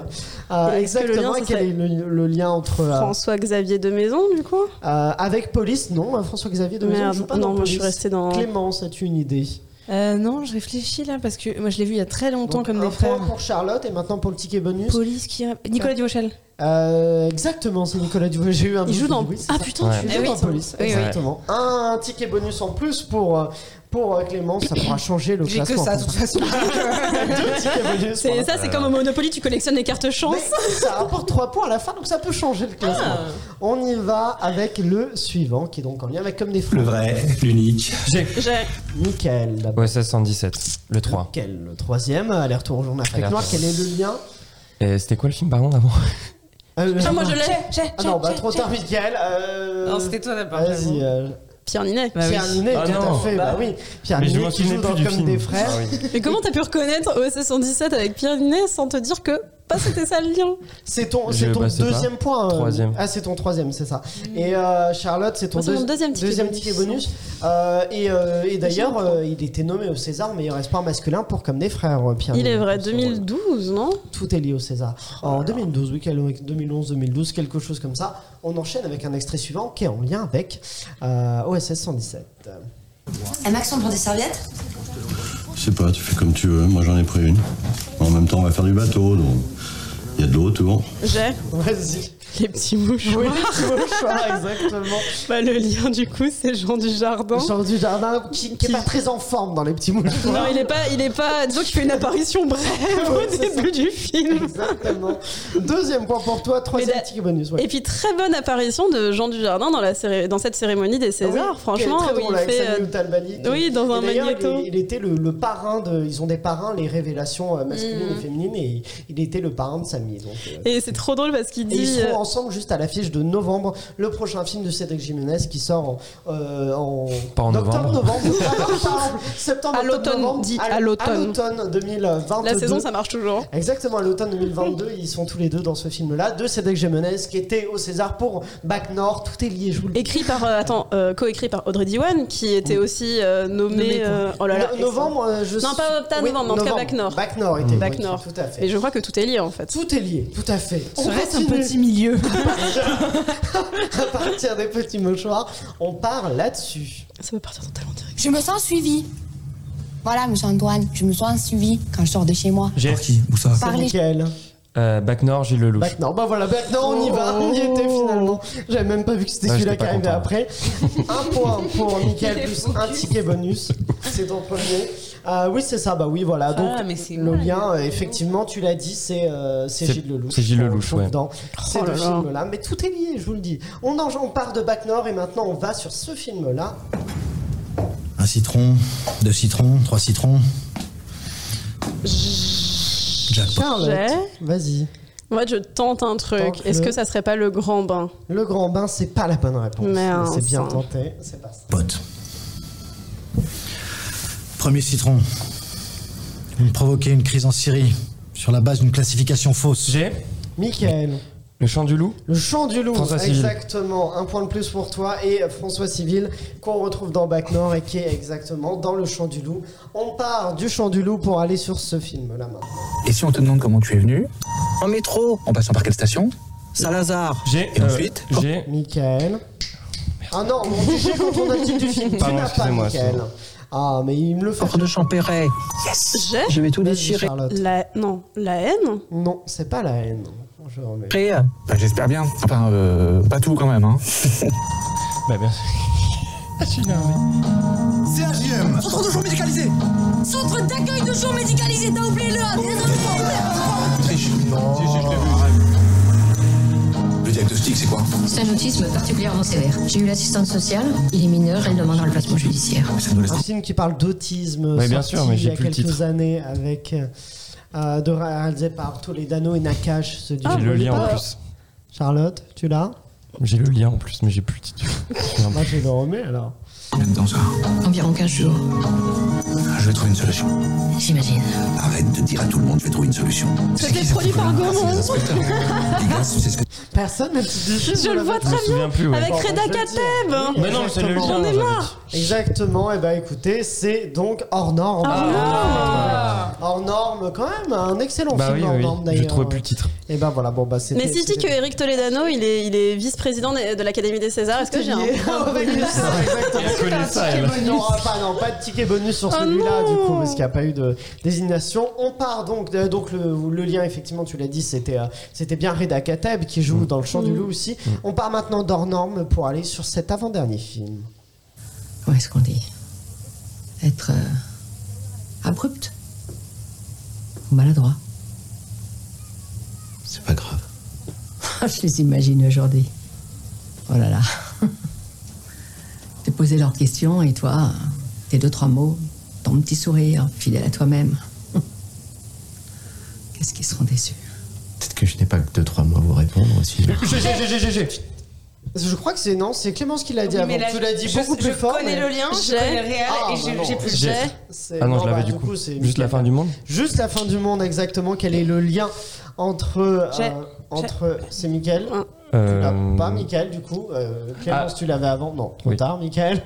[SPEAKER 9] euh,
[SPEAKER 10] Est-ce que le
[SPEAKER 9] exactement
[SPEAKER 10] lien, ce
[SPEAKER 9] quel
[SPEAKER 10] serait-
[SPEAKER 9] est le, le lien entre. euh,
[SPEAKER 10] François Xavier de Maison, du coup.
[SPEAKER 9] euh, avec Police, non, hein, François-Xavier de Maison
[SPEAKER 10] Merde,
[SPEAKER 9] joue pas
[SPEAKER 10] non,
[SPEAKER 9] dans
[SPEAKER 10] moi je
[SPEAKER 9] Police.
[SPEAKER 10] suis restée dans.
[SPEAKER 9] Clémence, as-tu une idée
[SPEAKER 12] Euh, non, je réfléchis là parce que moi je l'ai vu il y a très longtemps
[SPEAKER 9] Donc,
[SPEAKER 12] comme
[SPEAKER 9] un
[SPEAKER 12] des frères.
[SPEAKER 9] point pour Charlotte et maintenant pour le ticket bonus.
[SPEAKER 12] Police qui. Nicolas Durochel.
[SPEAKER 9] Euh, exactement, c'est Nicolas Dubois. J'ai eu un
[SPEAKER 10] Il
[SPEAKER 9] doute
[SPEAKER 10] joue dans.
[SPEAKER 9] oui, c'est
[SPEAKER 10] Ah
[SPEAKER 9] ça.
[SPEAKER 10] putain,
[SPEAKER 11] Ouais.
[SPEAKER 10] tu
[SPEAKER 9] Il
[SPEAKER 10] joues
[SPEAKER 9] joue
[SPEAKER 10] dans
[SPEAKER 9] dans Police,
[SPEAKER 12] oui.
[SPEAKER 9] exactement. Un ticket bonus en plus pour, euh, pour euh, Clémence, ça pourra changer le
[SPEAKER 12] J'ai
[SPEAKER 9] classement.
[SPEAKER 12] que ça de toute façon.
[SPEAKER 9] Deux tickets bonus pour
[SPEAKER 10] C'est
[SPEAKER 9] la-
[SPEAKER 10] ça, c'est comme au Monopoly, tu collectionnes les cartes chance.
[SPEAKER 9] Mais ça rapporte 3 points à la fin, donc ça peut changer le classement. On y va avec le suivant, qui est donc en lien avec Comme des Fous.
[SPEAKER 7] Le vrai, l'unique.
[SPEAKER 10] J'ai-
[SPEAKER 9] Michael, d'abord.
[SPEAKER 11] Ouais, 1617, le 3.
[SPEAKER 9] Lequel le troisième Aller-retour en journée Afrique
[SPEAKER 11] Aller-retour.
[SPEAKER 9] noire, quel est le lien
[SPEAKER 11] Et c'était quoi le film, pardon, d'avant
[SPEAKER 9] Euh,
[SPEAKER 10] Ah, moi je l'ai.
[SPEAKER 9] Ah non, bah trop tard, Michael. euh,
[SPEAKER 12] Non, c'était toi d'abord.
[SPEAKER 9] Vas-y, euh,
[SPEAKER 10] Pierre Ninet.
[SPEAKER 12] Bah oui.
[SPEAKER 9] Pierre Ninet,
[SPEAKER 11] Ah
[SPEAKER 9] tout
[SPEAKER 11] non.
[SPEAKER 9] à fait, bah, oui. Pierre
[SPEAKER 11] Mais je
[SPEAKER 9] Ninet
[SPEAKER 11] m'en
[SPEAKER 9] qui
[SPEAKER 11] souvenais
[SPEAKER 9] joue
[SPEAKER 11] plus
[SPEAKER 9] dans
[SPEAKER 11] du
[SPEAKER 9] Comme
[SPEAKER 11] film.
[SPEAKER 9] des Frères.
[SPEAKER 11] Ah oui.
[SPEAKER 10] Mais comment t'as pu reconnaître OSS 117 avec Pierre Ninet sans te dire que pas c'était ça le lien
[SPEAKER 9] C'est ton,
[SPEAKER 11] Je-
[SPEAKER 9] c'est ton
[SPEAKER 11] bah, c'est pas.
[SPEAKER 9] deuxième point. euh,
[SPEAKER 11] Troisième.
[SPEAKER 9] Ah, c'est ton troisième, c'est ça. Et euh, Charlotte, c'est ton
[SPEAKER 10] Mm. Moi, c'est mon
[SPEAKER 9] deuxi-
[SPEAKER 10] deuxième ticket bonus.
[SPEAKER 9] ticket bonus. Euh, et euh, et d'ailleurs, euh, il était nommé au César meilleur espoir masculin pour Comme des Frères, euh, Pierre.
[SPEAKER 10] Il est
[SPEAKER 9] Ninet,
[SPEAKER 10] vrai,
[SPEAKER 9] pour ce
[SPEAKER 10] 2012, non
[SPEAKER 9] rôle. Tout est lié au César. en 2012, oui, quel- 2011, 2012, quelque chose comme ça. On enchaîne avec un extrait suivant qui est en lien avec euh, OSS 117.
[SPEAKER 2] Un accent pour des serviettes
[SPEAKER 7] Je sais pas, tu fais comme tu veux. Moi, j'en ai pris une. En même temps, on va faire du bateau, donc il y a de l'eau autour.
[SPEAKER 10] J'ai
[SPEAKER 9] Vas-y.
[SPEAKER 10] les petits mouchoirs.
[SPEAKER 9] Oui, c'est au choix, exactement.
[SPEAKER 10] Bah, le lien du coup, c'est Jean du Jardin.
[SPEAKER 9] Jean du Jardin qui, qui est pas très en forme dans les petits mouchoirs.
[SPEAKER 10] Non, il est pas, il est pas. Disons qu'il fait une apparition brève
[SPEAKER 9] Ouais,
[SPEAKER 10] au
[SPEAKER 9] c'est ça.
[SPEAKER 10] début du film.
[SPEAKER 9] Exactement. Deuxième point pour toi,
[SPEAKER 10] Mais
[SPEAKER 9] troisième
[SPEAKER 10] da-
[SPEAKER 9] ticket bonus. ouais.
[SPEAKER 10] Et puis très bonne apparition de Jean du Jardin dans la céré- dans cette cérémonie des
[SPEAKER 9] Ah oui,
[SPEAKER 10] Césars.
[SPEAKER 9] qui est
[SPEAKER 10] franchement,
[SPEAKER 9] très
[SPEAKER 10] où
[SPEAKER 9] drôle
[SPEAKER 10] il
[SPEAKER 9] avec
[SPEAKER 10] fait,
[SPEAKER 9] Samuel
[SPEAKER 10] euh,
[SPEAKER 9] Talbani, qui-
[SPEAKER 10] oui, dans
[SPEAKER 9] et
[SPEAKER 10] un
[SPEAKER 9] d'ailleurs,
[SPEAKER 10] magnéto.
[SPEAKER 9] Il, il était le, le parrain de. Ils ont des parrains, les révélations euh, masculines et féminines, et il, il était le parrain de Samy. Donc, euh,
[SPEAKER 10] Mm. Et c'est trop drôle parce qu'il
[SPEAKER 9] Et ils
[SPEAKER 10] dit.
[SPEAKER 9] seront
[SPEAKER 10] euh,
[SPEAKER 9] ensemble juste à l'affiche de novembre, le prochain film de Cédric Jiménez qui sort en, euh, en-
[SPEAKER 11] Pas en
[SPEAKER 9] octobre,
[SPEAKER 11] novembre.
[SPEAKER 9] novembre, pardon, pardon, septembre,
[SPEAKER 10] À
[SPEAKER 9] octobre,
[SPEAKER 10] l'automne,
[SPEAKER 9] novembre,
[SPEAKER 10] dit à l'automne.
[SPEAKER 9] 2022.
[SPEAKER 10] La saison, ça marche toujours.
[SPEAKER 9] Exactement, à l'automne 2022, ils sont tous les deux dans ce film-là, de Cédric Jiménez qui était au César pour Bac Nord, tout est lié, je vous le dis.
[SPEAKER 10] Écrit par, euh, attends, euh, coécrit par Audrey Diwan, qui était aussi euh, nommée. euh, oh là là.
[SPEAKER 9] No- novembre, euh, je
[SPEAKER 10] Non,
[SPEAKER 9] suis-
[SPEAKER 10] pas- pas novembre, en tout cas, Bac Nord.
[SPEAKER 9] Bac Nord était
[SPEAKER 10] Bac
[SPEAKER 9] oui,
[SPEAKER 10] Nord.
[SPEAKER 9] Tout à fait.
[SPEAKER 10] Mais je crois que tout est lié en fait.
[SPEAKER 9] Tout est lié, tout à fait. On
[SPEAKER 12] Serait-ce un
[SPEAKER 9] continue.
[SPEAKER 12] petit milieu
[SPEAKER 9] À partir des petits mouchoirs, on part là-dessus.
[SPEAKER 10] Ça peut partir totalement direct.
[SPEAKER 2] Je me sens suivi. Voilà, monsieur Antoine, je me sens suivi quand je sors de chez moi.
[SPEAKER 11] J'ai
[SPEAKER 7] Où ça
[SPEAKER 9] C'est nickel.
[SPEAKER 11] euh, Bac Nord, Gilles Lelouch.
[SPEAKER 9] Bac Nord, bah voilà, Bac Nord, on y va, on y était finalement. J'avais même pas vu que c'était
[SPEAKER 11] Ah,
[SPEAKER 9] celui-là qui
[SPEAKER 11] j'étais pas
[SPEAKER 9] arrivait
[SPEAKER 11] content.
[SPEAKER 9] après. un point pour Michael, plus un ticket bonus. C'est ton premier. Euh, oui, c'est ça, bah oui, voilà. Donc,
[SPEAKER 12] Ah, mais c'est
[SPEAKER 9] le
[SPEAKER 12] mal.
[SPEAKER 9] lien, euh, effectivement, tu l'as dit, c'est euh, c'est
[SPEAKER 11] C'est-
[SPEAKER 9] Gilles Lelouch.
[SPEAKER 11] c'est Gilles
[SPEAKER 9] qu'on
[SPEAKER 11] Lelouch,
[SPEAKER 9] trouve
[SPEAKER 11] ouais.
[SPEAKER 9] Dans ces
[SPEAKER 10] là
[SPEAKER 9] deux
[SPEAKER 10] là.
[SPEAKER 9] films-là. Mais tout est lié, je vous le dis. On, en, on part de Bac Nord et maintenant on va sur ce film-là.
[SPEAKER 7] Un citron, deux citrons, trois citrons. Jackpot.
[SPEAKER 9] Charlotte,
[SPEAKER 10] J'ai-
[SPEAKER 9] vas-y.
[SPEAKER 10] En fait, je tente un truc.
[SPEAKER 9] Tente-le.
[SPEAKER 10] Est-ce que ça serait pas le grand bain
[SPEAKER 9] Le grand bain, c'est pas la bonne réponse.
[SPEAKER 10] Merde.
[SPEAKER 9] C'est bien tenté, c'est pas ça.
[SPEAKER 7] Premier citron. Vous me provoquez une crise en Syrie sur la base d'une classification fausse.
[SPEAKER 11] J'ai
[SPEAKER 9] Michael.
[SPEAKER 11] le chant du loup.
[SPEAKER 9] Le chant du loup,
[SPEAKER 11] François Civil.
[SPEAKER 9] exactement. Un point de plus pour toi et François Civil qu'on retrouve dans Bac Nord et qui est exactement dans le chant du loup. On part du chant du loup pour aller sur ce film là maintenant.
[SPEAKER 13] Et si on te demande comment tu es venu En métro. En passant par quelle station Saint-Lazare.
[SPEAKER 11] J'ai
[SPEAKER 13] Et
[SPEAKER 11] euh,
[SPEAKER 13] ensuite
[SPEAKER 11] J'ai
[SPEAKER 9] Michael. Ah non, on dit j'ai quand on a le titre du film. Tu
[SPEAKER 11] Pardon,
[SPEAKER 9] n'as pas
[SPEAKER 11] excusez-moi,
[SPEAKER 9] Michael. Ah mais il me le fait.
[SPEAKER 13] Port de Champéret.
[SPEAKER 10] J'ai
[SPEAKER 13] Je vais tout
[SPEAKER 9] Vas-y,
[SPEAKER 13] déchirer.
[SPEAKER 9] Charlotte.
[SPEAKER 10] la non la haine.
[SPEAKER 9] Non, c'est pas la haine. Je remets.
[SPEAKER 13] Bah, J'espère bien. Enfin, euh, pas tout quand même. Hein.
[SPEAKER 11] Bah, bien sûr.
[SPEAKER 5] CHM
[SPEAKER 13] Centre de jour médicalisé
[SPEAKER 2] Centre d'accueil de jour médicalisé, t'as oublié le A.
[SPEAKER 13] Le diagnostic diagnostic, c'est quoi
[SPEAKER 14] C'est un autisme particulièrement sévère. J'ai eu l'assistante sociale, il est mineur, elle demandera le placement judiciaire.
[SPEAKER 9] Un film qui parle d'autisme,
[SPEAKER 11] Ouais, bien
[SPEAKER 9] sorti
[SPEAKER 11] sûr, mais
[SPEAKER 9] il y
[SPEAKER 11] j'ai
[SPEAKER 9] a
[SPEAKER 11] plus le
[SPEAKER 9] quelques
[SPEAKER 11] titre.
[SPEAKER 9] années avec euh, de réalisé par Toledano et Nakash. ce duo.
[SPEAKER 11] J'ai le lien en
[SPEAKER 9] Ah,
[SPEAKER 11] plus.
[SPEAKER 9] Charlotte, tu l'as
[SPEAKER 11] J'ai le lien en plus, mais j'ai plus le titre.
[SPEAKER 9] Moi, je le remets alors.
[SPEAKER 7] Dans ça,
[SPEAKER 14] Environ 15 jours.
[SPEAKER 7] Ah, je vais trouver une solution.
[SPEAKER 14] J'imagine.
[SPEAKER 7] Arrête de dire à tout le monde, je vais trouver une solution.
[SPEAKER 9] C'était produit par Gaumont.
[SPEAKER 7] C'est ce que
[SPEAKER 9] Personne n'a plus de film,
[SPEAKER 10] Je le
[SPEAKER 9] voilà.
[SPEAKER 10] vois très
[SPEAKER 7] souviens
[SPEAKER 10] bien.
[SPEAKER 7] plus, ouais.
[SPEAKER 10] Avec
[SPEAKER 9] Bon,
[SPEAKER 10] Reda
[SPEAKER 9] je le dis.
[SPEAKER 10] Kateb.
[SPEAKER 9] Oui,
[SPEAKER 11] Mais Bah non, c'est le
[SPEAKER 9] exactement.
[SPEAKER 10] J'en
[SPEAKER 11] lien,
[SPEAKER 10] ai marre.
[SPEAKER 9] Exactement, et bah écoutez, c'est donc hors norme.
[SPEAKER 10] Hors norme.
[SPEAKER 9] Hors norme, quand même, un excellent
[SPEAKER 11] Bah
[SPEAKER 9] film
[SPEAKER 11] oui,
[SPEAKER 9] hors
[SPEAKER 11] oui,
[SPEAKER 9] norme
[SPEAKER 11] je
[SPEAKER 9] d'ailleurs.
[SPEAKER 11] trouvais plus le titre.
[SPEAKER 9] Et ben voilà, bon bah c'est.
[SPEAKER 10] Mais si je dis que Eric Toledano, il est, il est vice-président de de l'Académie des Césars, est-ce que j'ai un point
[SPEAKER 9] Il n'y aura pas, non, pas de ticket bonus sur
[SPEAKER 10] Oh
[SPEAKER 9] celui-là,
[SPEAKER 10] non.
[SPEAKER 9] du coup, parce qu'il n'y a pas eu de désignation. On part donc, euh, donc le, le lien, effectivement, tu l'as dit, c'était euh, c'était bien Reda Kateb qui
[SPEAKER 11] Mm.
[SPEAKER 9] joue dans Le Chant
[SPEAKER 12] Mm.
[SPEAKER 9] du Loup aussi. On part maintenant d'Hors Norme pour aller sur cet avant-dernier film.
[SPEAKER 14] Comment est-ce qu'on dit Être euh, abrupt ou maladroit
[SPEAKER 7] C'est pas grave.
[SPEAKER 14] Je les imagine aujourd'hui. Oh là là. Te poser leurs questions et toi, tes deux, trois mots, ton petit sourire, fidèle à toi-même. Qu'est-ce qu'ils seront déçus
[SPEAKER 7] Peut-être que je n'ai pas que 2-3 mois à vous répondre aussi.
[SPEAKER 9] Je crois que c'est non, c'est Clémence qui l'a dit
[SPEAKER 12] Oui,
[SPEAKER 9] avant.
[SPEAKER 12] mais là,
[SPEAKER 9] tu l'as dit
[SPEAKER 12] je-
[SPEAKER 9] beaucoup
[SPEAKER 12] je
[SPEAKER 9] plus fort.
[SPEAKER 12] connais
[SPEAKER 9] mais- Ah,
[SPEAKER 12] le lien, je
[SPEAKER 10] J'ai.
[SPEAKER 12] connais le réel et j'ai- j'ai plus le
[SPEAKER 11] J'ai.
[SPEAKER 12] jet.
[SPEAKER 9] C'est-
[SPEAKER 11] Ah non, je
[SPEAKER 9] bah,
[SPEAKER 11] l'avais du coup. Juste la fin du monde
[SPEAKER 9] Juste la fin du monde, exactement. Quel est le lien entre. euh,
[SPEAKER 12] J'ai-
[SPEAKER 9] entre c'est Mickaël
[SPEAKER 11] Euh, Ah.
[SPEAKER 9] Tu l'as Bah, Ah, Pas Mickaël, du coup. Euh, Clémence, tu l'avais avant Non, trop
[SPEAKER 11] Oui.
[SPEAKER 9] tard, Mickaël.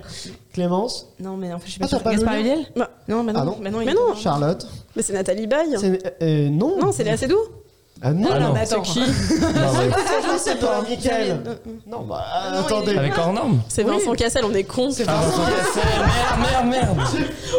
[SPEAKER 9] Clémence
[SPEAKER 12] Non, mais en fait, je suis
[SPEAKER 9] Ah,
[SPEAKER 12] pas
[SPEAKER 9] t'as
[SPEAKER 12] sûre.
[SPEAKER 9] pas le
[SPEAKER 12] Gaspard
[SPEAKER 9] lien
[SPEAKER 12] Ulliel
[SPEAKER 10] Bah,
[SPEAKER 12] Non, mais non,
[SPEAKER 9] Ah non.
[SPEAKER 12] mais non, il
[SPEAKER 10] Mais
[SPEAKER 12] est
[SPEAKER 10] non,
[SPEAKER 12] dedans.
[SPEAKER 9] Charlotte
[SPEAKER 10] mais c'est Nathalie Baye.
[SPEAKER 9] C'est- euh, Non
[SPEAKER 10] Non, c'est Léa Seydoux.
[SPEAKER 9] Ah non,
[SPEAKER 11] Ah non.
[SPEAKER 10] mais attends.
[SPEAKER 12] C'est qui
[SPEAKER 9] Je ne sais pas, Mickaël. Non, bah
[SPEAKER 10] Ah,
[SPEAKER 12] non,
[SPEAKER 9] attendez.
[SPEAKER 11] Avec hors norme
[SPEAKER 10] C'est Vincent Cassel, on Ah, est con.
[SPEAKER 11] Merde, merde, merde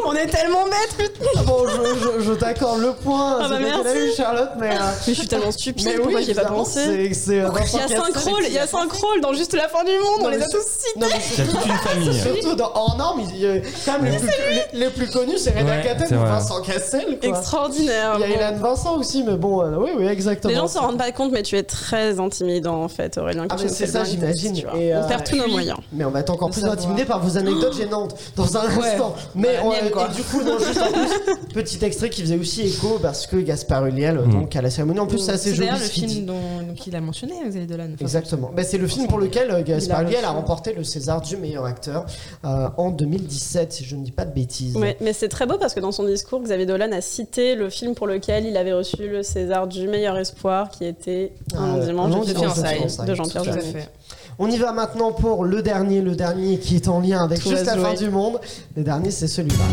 [SPEAKER 10] On est tellement bêtes, putain.
[SPEAKER 9] Ah Bon, je, je- je t'accorde le point.
[SPEAKER 10] Ah
[SPEAKER 9] C'est
[SPEAKER 10] bah,
[SPEAKER 9] bien qu'elle a
[SPEAKER 10] merci.
[SPEAKER 9] eu, Charlotte, mais. euh,
[SPEAKER 10] Mais je suis tellement stupide,
[SPEAKER 9] mais
[SPEAKER 10] pourquoi
[SPEAKER 9] oui,
[SPEAKER 10] j'y ai pas
[SPEAKER 9] évidemment,
[SPEAKER 10] pensé
[SPEAKER 9] c'est- c'est,
[SPEAKER 10] Il
[SPEAKER 9] euh,
[SPEAKER 10] y a
[SPEAKER 9] Vincent
[SPEAKER 10] cinq
[SPEAKER 9] Cassel.
[SPEAKER 10] rôles, il y a cinq rôles dans juste la fin du monde, on les a tous cités.
[SPEAKER 9] Non, mais c'est-
[SPEAKER 11] Il y a toute une famille.
[SPEAKER 9] Surtout dans Hors Norme, il y a- quand même les plus, les, les plus connus, c'est Reda
[SPEAKER 11] Ouais,
[SPEAKER 9] Kateb
[SPEAKER 11] c'est
[SPEAKER 9] ou
[SPEAKER 11] vrai.
[SPEAKER 9] Vincent Cassel. Quoi.
[SPEAKER 10] Extraordinaire.
[SPEAKER 9] Il y a
[SPEAKER 10] bon.
[SPEAKER 9] Hélène Vincent aussi, mais bon, euh, oui, oui, exactement.
[SPEAKER 10] Ah, Les gens s'en rendent pas compte, mais tu es très intimidant en fait, Aurélien.
[SPEAKER 9] Ah,
[SPEAKER 10] quand
[SPEAKER 9] mais
[SPEAKER 10] tu
[SPEAKER 9] c'est
[SPEAKER 10] fais
[SPEAKER 9] ça,
[SPEAKER 10] le blind test,
[SPEAKER 9] j'imagine.
[SPEAKER 10] tu vois.
[SPEAKER 9] Et, euh,
[SPEAKER 10] On perd tous nos moyens.
[SPEAKER 9] Mais on va être encore
[SPEAKER 12] De
[SPEAKER 9] plus
[SPEAKER 12] savoir.
[SPEAKER 9] intimidé par vos anecdotes gênantes dans un
[SPEAKER 12] Ouais. Bah,
[SPEAKER 9] instant. Mais
[SPEAKER 12] la
[SPEAKER 9] on-
[SPEAKER 12] mienne, quoi.
[SPEAKER 9] et du coup, non, juste en plus, petit extrait qui faisait aussi écho parce que Gaspard Ulliel,
[SPEAKER 12] Mm.
[SPEAKER 9] donc à la cérémonie,
[SPEAKER 10] Mm.
[SPEAKER 9] en plus, c'est assez
[SPEAKER 12] C'est
[SPEAKER 9] joli.
[SPEAKER 12] d'ailleurs le
[SPEAKER 9] ce qu'il dit.
[SPEAKER 12] film dont dont il a mentionné, Xavier Dolan. Enfin,
[SPEAKER 9] Exactement. Bah,
[SPEAKER 10] Oh,
[SPEAKER 9] c'est le film pour lequel euh, Gaspard
[SPEAKER 12] Il a
[SPEAKER 9] Ulliel a
[SPEAKER 12] reçu.
[SPEAKER 9] remporté le César du meilleur acteur euh, en 2017, si je ne dis pas de bêtises.
[SPEAKER 10] Mais, mais c'est très beau parce que dans son discours, Xavier Dolan a cité le film pour lequel il avait reçu le César du meilleur espoir, qui était Un long
[SPEAKER 9] Euh,
[SPEAKER 10] dimanche
[SPEAKER 9] Un long
[SPEAKER 10] de
[SPEAKER 9] dimanche de
[SPEAKER 10] fiançailles
[SPEAKER 9] fiançailles,
[SPEAKER 10] de Jean-Pierre
[SPEAKER 9] tout à
[SPEAKER 10] Jeunet.
[SPEAKER 12] fait.
[SPEAKER 9] On y va maintenant pour le dernier, le dernier qui est en lien avec
[SPEAKER 10] Tout
[SPEAKER 9] juste
[SPEAKER 10] va
[SPEAKER 9] la
[SPEAKER 10] se
[SPEAKER 9] fin
[SPEAKER 10] jouer.
[SPEAKER 9] du monde. Le dernier, c'est celui-là.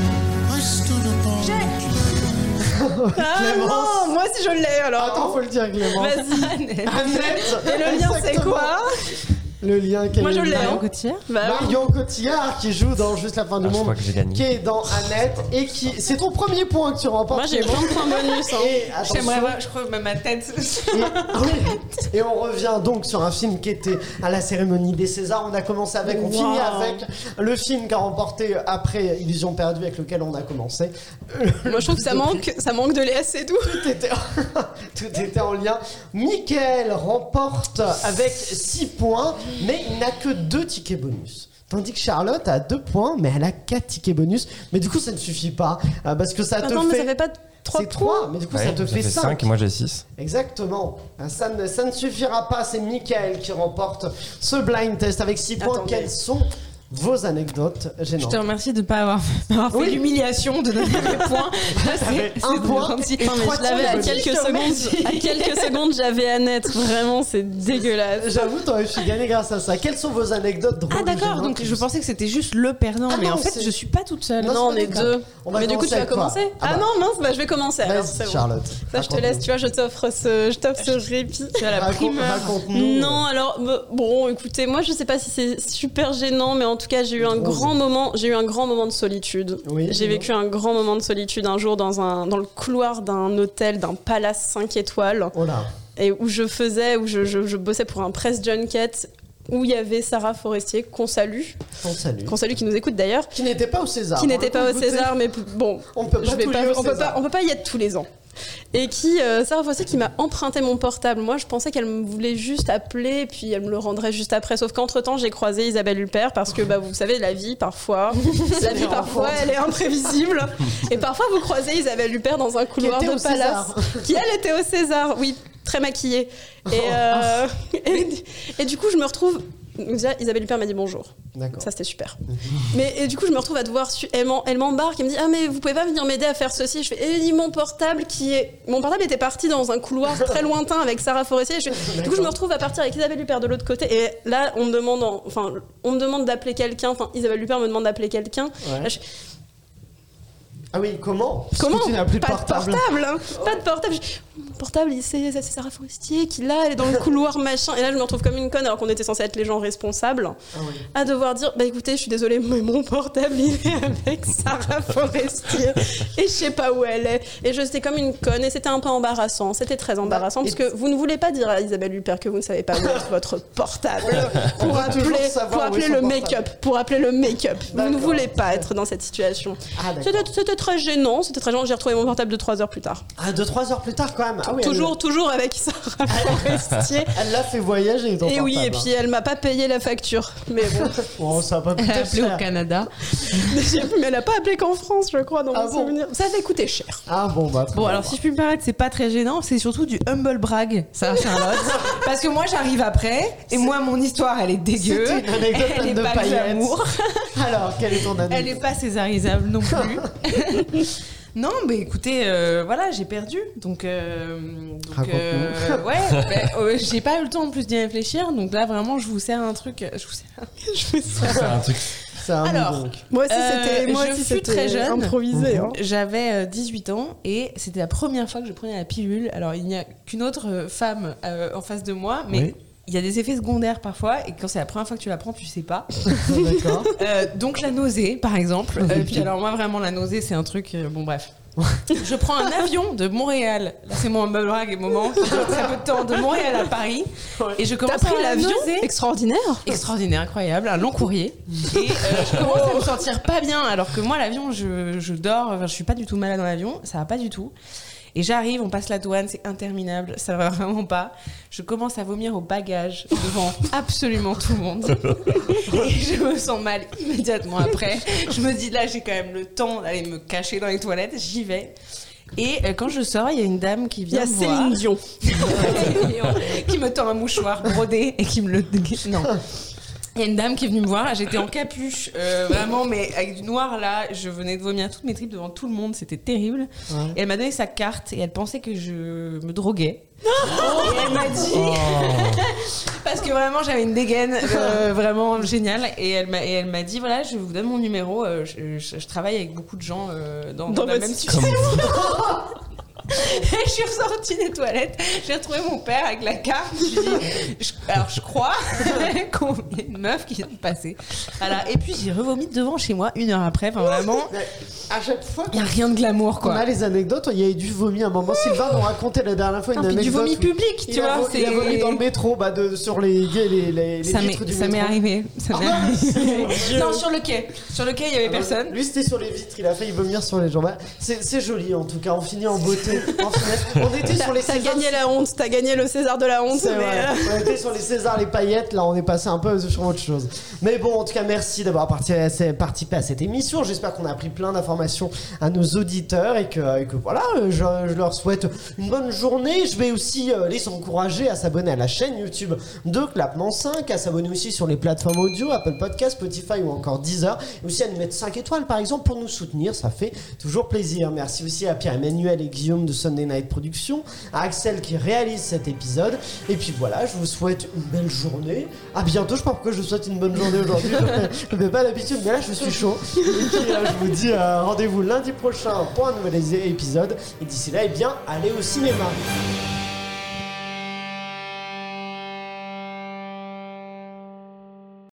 [SPEAKER 10] Ah
[SPEAKER 9] Clémence.
[SPEAKER 10] non, moi si je l'ai alors.
[SPEAKER 9] Attends, faut le dire, Clément.
[SPEAKER 10] Vas-y.
[SPEAKER 9] Annette.
[SPEAKER 10] Et le lien c'est
[SPEAKER 9] Exactement.
[SPEAKER 10] quoi
[SPEAKER 9] Le lien quel
[SPEAKER 10] Moi,
[SPEAKER 9] est
[SPEAKER 10] je
[SPEAKER 9] le
[SPEAKER 10] l'ai,
[SPEAKER 9] lien
[SPEAKER 10] hein.
[SPEAKER 12] Cotillard
[SPEAKER 10] Bah oui.
[SPEAKER 9] Marion Cotillard qui joue dans Juste la fin du
[SPEAKER 11] Ah, je
[SPEAKER 9] monde,
[SPEAKER 11] crois que j'ai gagné.
[SPEAKER 9] qui est dans Annette et qui. C'est ton premier point que tu remportes.
[SPEAKER 10] Moi j'ai eu plein de points bonus. hein.
[SPEAKER 9] Et attention,
[SPEAKER 12] J'aimerais voir, je crois, même ma tête.
[SPEAKER 9] Et, oui. Et on revient donc sur un film qui était à la cérémonie des Césars. On a commencé avec, on
[SPEAKER 10] Wow.
[SPEAKER 9] finit avec le film qu'a remporté après Illusion perdue avec lequel on a commencé.
[SPEAKER 10] Moi je trouve que ça manque, ça manque de Léa Seydoux.
[SPEAKER 9] Tout était, tout était en lien. Michael remporte avec 6 points, mais il n'a que 2 tickets bonus. Tandis que Charlotte a 2 points, mais elle a 4 tickets bonus. Mais du coup, ça ne suffit pas. euh, Parce que ça
[SPEAKER 10] Attends,
[SPEAKER 9] te
[SPEAKER 10] mais
[SPEAKER 9] fait.
[SPEAKER 10] ça fait pas trois
[SPEAKER 9] C'est trois, mais du coup, ça te fait 5.
[SPEAKER 11] moi j'ai 6.
[SPEAKER 9] Exactement. Ah, Ça ne, ça ne suffira pas. C'est Michael qui remporte ce blind test avec 6 points.
[SPEAKER 12] Attendez.
[SPEAKER 9] Quelles sont vos anecdotes
[SPEAKER 12] Je
[SPEAKER 9] gênantes
[SPEAKER 12] te remercie de ne pas avoir m'avoir fait
[SPEAKER 9] Oui.
[SPEAKER 12] l'humiliation de donner des points. Là,
[SPEAKER 9] T'avais
[SPEAKER 12] c'est
[SPEAKER 9] un
[SPEAKER 12] c'est
[SPEAKER 9] point
[SPEAKER 12] gentil.
[SPEAKER 9] et
[SPEAKER 12] Non, mais
[SPEAKER 9] trois
[SPEAKER 12] je
[SPEAKER 9] points
[SPEAKER 12] l'avais
[SPEAKER 10] à
[SPEAKER 9] de bonus.
[SPEAKER 10] quelques
[SPEAKER 9] Je te
[SPEAKER 10] secondes, à quelques secondes j'avais Annette. Vraiment c'est dégueulasse.
[SPEAKER 9] J'avoue, t'aurais pu gagner grâce à ça. Quelles sont vos anecdotes drôles
[SPEAKER 12] Ah
[SPEAKER 9] ou
[SPEAKER 12] d'accord,
[SPEAKER 9] gênantes
[SPEAKER 12] donc je pensais que c'était juste le perdant,
[SPEAKER 9] Ah
[SPEAKER 12] mais
[SPEAKER 9] non,
[SPEAKER 12] en fait
[SPEAKER 9] c'est-
[SPEAKER 12] je suis pas toute seule.
[SPEAKER 9] Non,
[SPEAKER 10] Non, on
[SPEAKER 9] c'est
[SPEAKER 10] est
[SPEAKER 9] pas
[SPEAKER 10] deux.
[SPEAKER 9] grave. On va
[SPEAKER 10] mais du coup, tu
[SPEAKER 9] commencer
[SPEAKER 10] vas
[SPEAKER 9] avec toi.
[SPEAKER 10] commencer
[SPEAKER 9] Ah
[SPEAKER 10] Ah
[SPEAKER 9] bah.
[SPEAKER 10] non, mince, bah, je vais commencer alors.
[SPEAKER 9] Vas-y,
[SPEAKER 10] c'est bon.
[SPEAKER 9] Charlotte.
[SPEAKER 10] Ça, je te
[SPEAKER 9] raconte-nous.
[SPEAKER 10] laisse, tu vois, je t'offre ce, je t'offre ce répit. Tu as la
[SPEAKER 9] Raconte-
[SPEAKER 10] primeur.
[SPEAKER 9] raconte-nous.
[SPEAKER 10] Non, alors bah, bon, écoutez, moi je sais pas si c'est super gênant, mais en tout cas j'ai eu un
[SPEAKER 9] Drôle.
[SPEAKER 10] grand moment, j'ai eu un grand moment de solitude.
[SPEAKER 9] Oui,
[SPEAKER 10] j'ai
[SPEAKER 9] dis-moi.
[SPEAKER 10] vécu un grand moment de solitude un jour dans un dans le couloir d'un hôtel, d'un palace 5 étoiles,
[SPEAKER 9] Oh là.
[SPEAKER 10] et où je faisais, où je, je- je bossais pour un press junket, où il y avait Sarah Forestier qu'on salue,
[SPEAKER 9] On salue.
[SPEAKER 10] qu'on salue qui nous écoute d'ailleurs,
[SPEAKER 9] Qui n'était pas au César.
[SPEAKER 10] qui
[SPEAKER 9] hein,
[SPEAKER 10] n'était pas au
[SPEAKER 9] écoutez.
[SPEAKER 10] César, mais p- bon,
[SPEAKER 9] On peut pas
[SPEAKER 10] je vais
[SPEAKER 9] tous
[SPEAKER 10] pas-
[SPEAKER 9] les au
[SPEAKER 10] on peut
[SPEAKER 9] César.
[SPEAKER 10] pas, on peut pas y être tous les ans. et qui, euh, Sarah Fossé, qui m'a emprunté mon portable. Moi, je pensais qu'elle me voulait juste appeler, puis elle me le rendrait juste après. Sauf qu'entre-temps, j'ai croisé Isabelle Huppert, parce que, bah, vous savez, la vie, parfois, la vie, parfois, elle est imprévisible. Et parfois, vous croisez Isabelle Huppert dans un couloir
[SPEAKER 9] était
[SPEAKER 10] de
[SPEAKER 9] au
[SPEAKER 10] palace,
[SPEAKER 9] César. Oh,
[SPEAKER 10] qui, elle, était au César. Oui, très maquillée. Et, euh,
[SPEAKER 9] ah.
[SPEAKER 10] et, et du coup, je me retrouve... Donc déjà, Isabelle Huppert m'a dit bonjour. Ça, c'était super. Mais et du coup, je me retrouve à devoir. su- Elle m'en- elle m'embarque, elle me dit Ah, mais vous pouvez pas venir m'aider à faire ceci Je fais Et dis mon portable qui est. Mon portable était parti dans un couloir très lointain avec Sarah Forestier. Je fais- Du coup, je me retrouve à partir avec Isabelle Huppert de l'autre côté. Et là, on me demande, en- enfin, on me demande d'appeler quelqu'un. Enfin, Isabelle Huppert me demande d'appeler quelqu'un.
[SPEAKER 9] Ouais.
[SPEAKER 10] Là, je-
[SPEAKER 9] Ah oui, comment Parce que
[SPEAKER 10] Comment
[SPEAKER 9] tu n'as plus de
[SPEAKER 10] Pas de
[SPEAKER 9] portable.
[SPEAKER 10] portable, hein. Pas de portable. Je- Mon portable, il- c'est c'est Sarah Forestier qui l'a, elle est dans le couloir, machin. Et là, je me retrouve comme une conne alors qu'on était censé être les gens responsables.
[SPEAKER 9] Ah
[SPEAKER 10] À devoir dire, bah écoutez, je suis désolée, mais mon portable, il est avec Sarah Forestier. et je sais pas où elle est. Et je j'étais comme une conne. Et c'était un peu embarrassant. C'était très embarrassant
[SPEAKER 9] Bah,
[SPEAKER 10] parce que vous ne voulez pas dire à Isabelle Huppert que vous ne savez pas où est votre portable
[SPEAKER 9] On
[SPEAKER 10] pour
[SPEAKER 9] veut
[SPEAKER 10] appeler,
[SPEAKER 9] Euh, toujours savoir
[SPEAKER 10] pour
[SPEAKER 9] où est
[SPEAKER 10] appeler
[SPEAKER 9] son
[SPEAKER 10] le
[SPEAKER 9] portable.
[SPEAKER 10] make-up. Pour appeler le make-up. Vous ne voulez pas être dans cette situation.
[SPEAKER 9] Ah,
[SPEAKER 10] C'était c'était très gênant, c'était très gênant. J'ai retrouvé mon portable de 3 heures plus tard.
[SPEAKER 9] Ah, deux, trois heures plus tard, quand même. Ah oui, elle-
[SPEAKER 10] toujours, toujours avec Sarah Forestier.
[SPEAKER 9] Elle l'a fait voyager dans
[SPEAKER 10] Et oui, et
[SPEAKER 9] portable,
[SPEAKER 10] puis
[SPEAKER 9] hein.
[SPEAKER 10] elle m'a pas payé la facture. Mais bon,
[SPEAKER 9] Bon, ça va pas
[SPEAKER 10] Elle a
[SPEAKER 9] coûter
[SPEAKER 10] appelé
[SPEAKER 9] cher.
[SPEAKER 10] au Canada. je sais plus, mais elle a pas appelé qu'en France, je crois, dans
[SPEAKER 9] Ah
[SPEAKER 10] mon
[SPEAKER 9] bon
[SPEAKER 10] souvenir. Ça avait coûté cher.
[SPEAKER 9] Ah bon, bah. très
[SPEAKER 12] Bon,
[SPEAKER 9] bien.
[SPEAKER 12] alors si je puis me permettre, c'est pas très gênant, c'est surtout du humble brag, ça, Charlotte. Parce que moi, j'arrive après, et moi, mon histoire, elle est dégueu.
[SPEAKER 9] C'était une anecdote
[SPEAKER 12] elle
[SPEAKER 9] pleine
[SPEAKER 12] est
[SPEAKER 9] de
[SPEAKER 12] pas
[SPEAKER 9] paillettes.
[SPEAKER 12] glamour.
[SPEAKER 9] Alors, quelle est ton anecdote
[SPEAKER 12] Elle n'est pas césarisable non plus. non, mais écoutez, euh, voilà, j'ai perdu. Donc, euh, donc
[SPEAKER 9] Raconte-nous.
[SPEAKER 12] euh, ouais, ben, euh, j'ai pas eu le temps en plus d'y réfléchir. Donc là, vraiment, je vous sers un truc. Je vous sers. je vous sers.
[SPEAKER 9] C'est un
[SPEAKER 11] truc.
[SPEAKER 12] Alors,
[SPEAKER 10] Moi aussi,
[SPEAKER 12] euh,
[SPEAKER 10] c'était- moi
[SPEAKER 12] je
[SPEAKER 10] aussi,
[SPEAKER 12] fus
[SPEAKER 10] c'était
[SPEAKER 12] très jeune.
[SPEAKER 10] improvisé, hein.
[SPEAKER 12] J'avais euh, 18 ans et c'était la première fois que je prenais la pilule. Alors, il n'y a qu'une autre euh, femme euh, en face de moi, mais
[SPEAKER 11] Oui.
[SPEAKER 12] il y a des effets secondaires parfois. Et quand c'est la première fois que tu la prends, tu sais pas.
[SPEAKER 9] Ah, D'accord.
[SPEAKER 12] Euh, donc, la nausée, par exemple. Euh, puis, alors, moi, vraiment, la nausée, c'est un truc. euh, bon, bref. Je prends un avion de Montréal. Là, c'est mon blague moment qui dure très peu de temps de Montréal à Paris. Et je commence
[SPEAKER 10] T'as pris
[SPEAKER 12] à
[SPEAKER 10] l'avion
[SPEAKER 12] Extraordinaire. Extraordinaire, incroyable. Un long courrier. Et euh, je commence à me sentir pas bien. Alors que moi, l'avion, je, je dors. Enfin, je suis pas du tout malade dans l'avion. Ça va pas du tout. Et j'arrive, on passe la douane, c'est interminable, ça va vraiment pas. Je commence à vomir au bagage devant absolument tout le monde. Et je me sens mal immédiatement après. Je me dis là, j'ai quand même le temps d'aller me cacher dans les toilettes, j'y vais. Et euh, quand je sors, il y a une dame qui
[SPEAKER 10] Il y
[SPEAKER 12] vient
[SPEAKER 10] a
[SPEAKER 12] me voir.
[SPEAKER 10] Céline Dion.
[SPEAKER 12] qui me tend un mouchoir brodé et qui me le non. Il y a une dame qui est venue me voir, j'étais en capuche, euh, vraiment, mais avec du noir là, je venais de vomir toutes mes tripes devant tout le monde, c'était terrible.
[SPEAKER 9] Ouais.
[SPEAKER 12] Et elle m'a donné sa carte et elle pensait que je me droguais. et elle m'a dit,
[SPEAKER 10] Oh.
[SPEAKER 12] parce que vraiment j'avais une dégaine euh, vraiment géniale, et elle m'a et elle m'a dit voilà, je vous donne mon numéro, euh, je, je- je travaille avec beaucoup de gens euh, dans,
[SPEAKER 10] Dans
[SPEAKER 12] dans la
[SPEAKER 10] votre
[SPEAKER 12] même
[SPEAKER 10] situation.
[SPEAKER 12] situation. Et je suis ressortie des toilettes, j'ai retrouvé mon père avec la carte. Je lui ai dit, je- alors je crois qu'on il y a une meuf qui vient de passer. Voilà. Et puis j'ai revomi devant chez moi une heure après. Enfin, vraiment,
[SPEAKER 9] À chaque fois
[SPEAKER 12] il n'y a rien de glamour
[SPEAKER 9] qu'on
[SPEAKER 12] quoi.
[SPEAKER 9] a les anecdotes, il y a eu du vomi à un moment. Sylvain nous racontait la dernière fois une
[SPEAKER 12] Ah, puis
[SPEAKER 9] anecdote.
[SPEAKER 12] du vomi
[SPEAKER 9] où
[SPEAKER 12] public,
[SPEAKER 9] il
[SPEAKER 12] tu
[SPEAKER 9] a
[SPEAKER 12] vois,
[SPEAKER 9] vo- Il a
[SPEAKER 12] c'est-
[SPEAKER 9] vomi dans le métro, bah, de, sur les, les, les, les
[SPEAKER 12] Ça m'est-
[SPEAKER 9] vitres du
[SPEAKER 12] ça m'est
[SPEAKER 9] métro.
[SPEAKER 12] arrivé. Ça m'est
[SPEAKER 9] Ah,
[SPEAKER 12] arrivé.
[SPEAKER 9] mon Dieu. Ah, bah
[SPEAKER 12] Non, sur le quai. Sur le quai, il n'y avait personne.
[SPEAKER 9] Lui, c'était sur les vitres, il a failli vomir sur les jambes. C'est c'est joli en tout cas, on finit en beauté. en finesse. On était sur les
[SPEAKER 10] T'as
[SPEAKER 9] Césars.
[SPEAKER 10] gagné la honte, t'as gagné le César de la honte.
[SPEAKER 9] C'est
[SPEAKER 10] mais,
[SPEAKER 9] vrai.
[SPEAKER 10] euh,
[SPEAKER 9] On était sur les Césars, les paillettes, là on est passé un peu sur autre chose. Mais bon, en tout cas, merci d'avoir participé à cette- participé à cette émission. J'espère qu'on a appris plein d'informations à nos auditeurs et que, et que voilà, euh, je, je leur souhaite une bonne journée. Je vais aussi euh, les encourager à s'abonner à la chaîne YouTube de Clapement 5, à s'abonner aussi sur les plateformes audio, Apple Podcast, Spotify ou encore Deezer, et aussi à nous mettre 5 étoiles par exemple pour nous soutenir, ça fait toujours plaisir. Merci aussi à Pierre-Emmanuel et Guillaume de Sunday Night Productions, à Axel qui réalise cet épisode, et puis voilà, je vous souhaite une belle journée. À bientôt, je sais pas pourquoi je vous souhaite une bonne journée aujourd'hui, je n'ai pas l'habitude, mais là je suis chaud. Et puis euh, je vous dis euh, rendez-vous lundi prochain pour un nouvel épisode, et d'ici là, eh bien, allez au cinéma.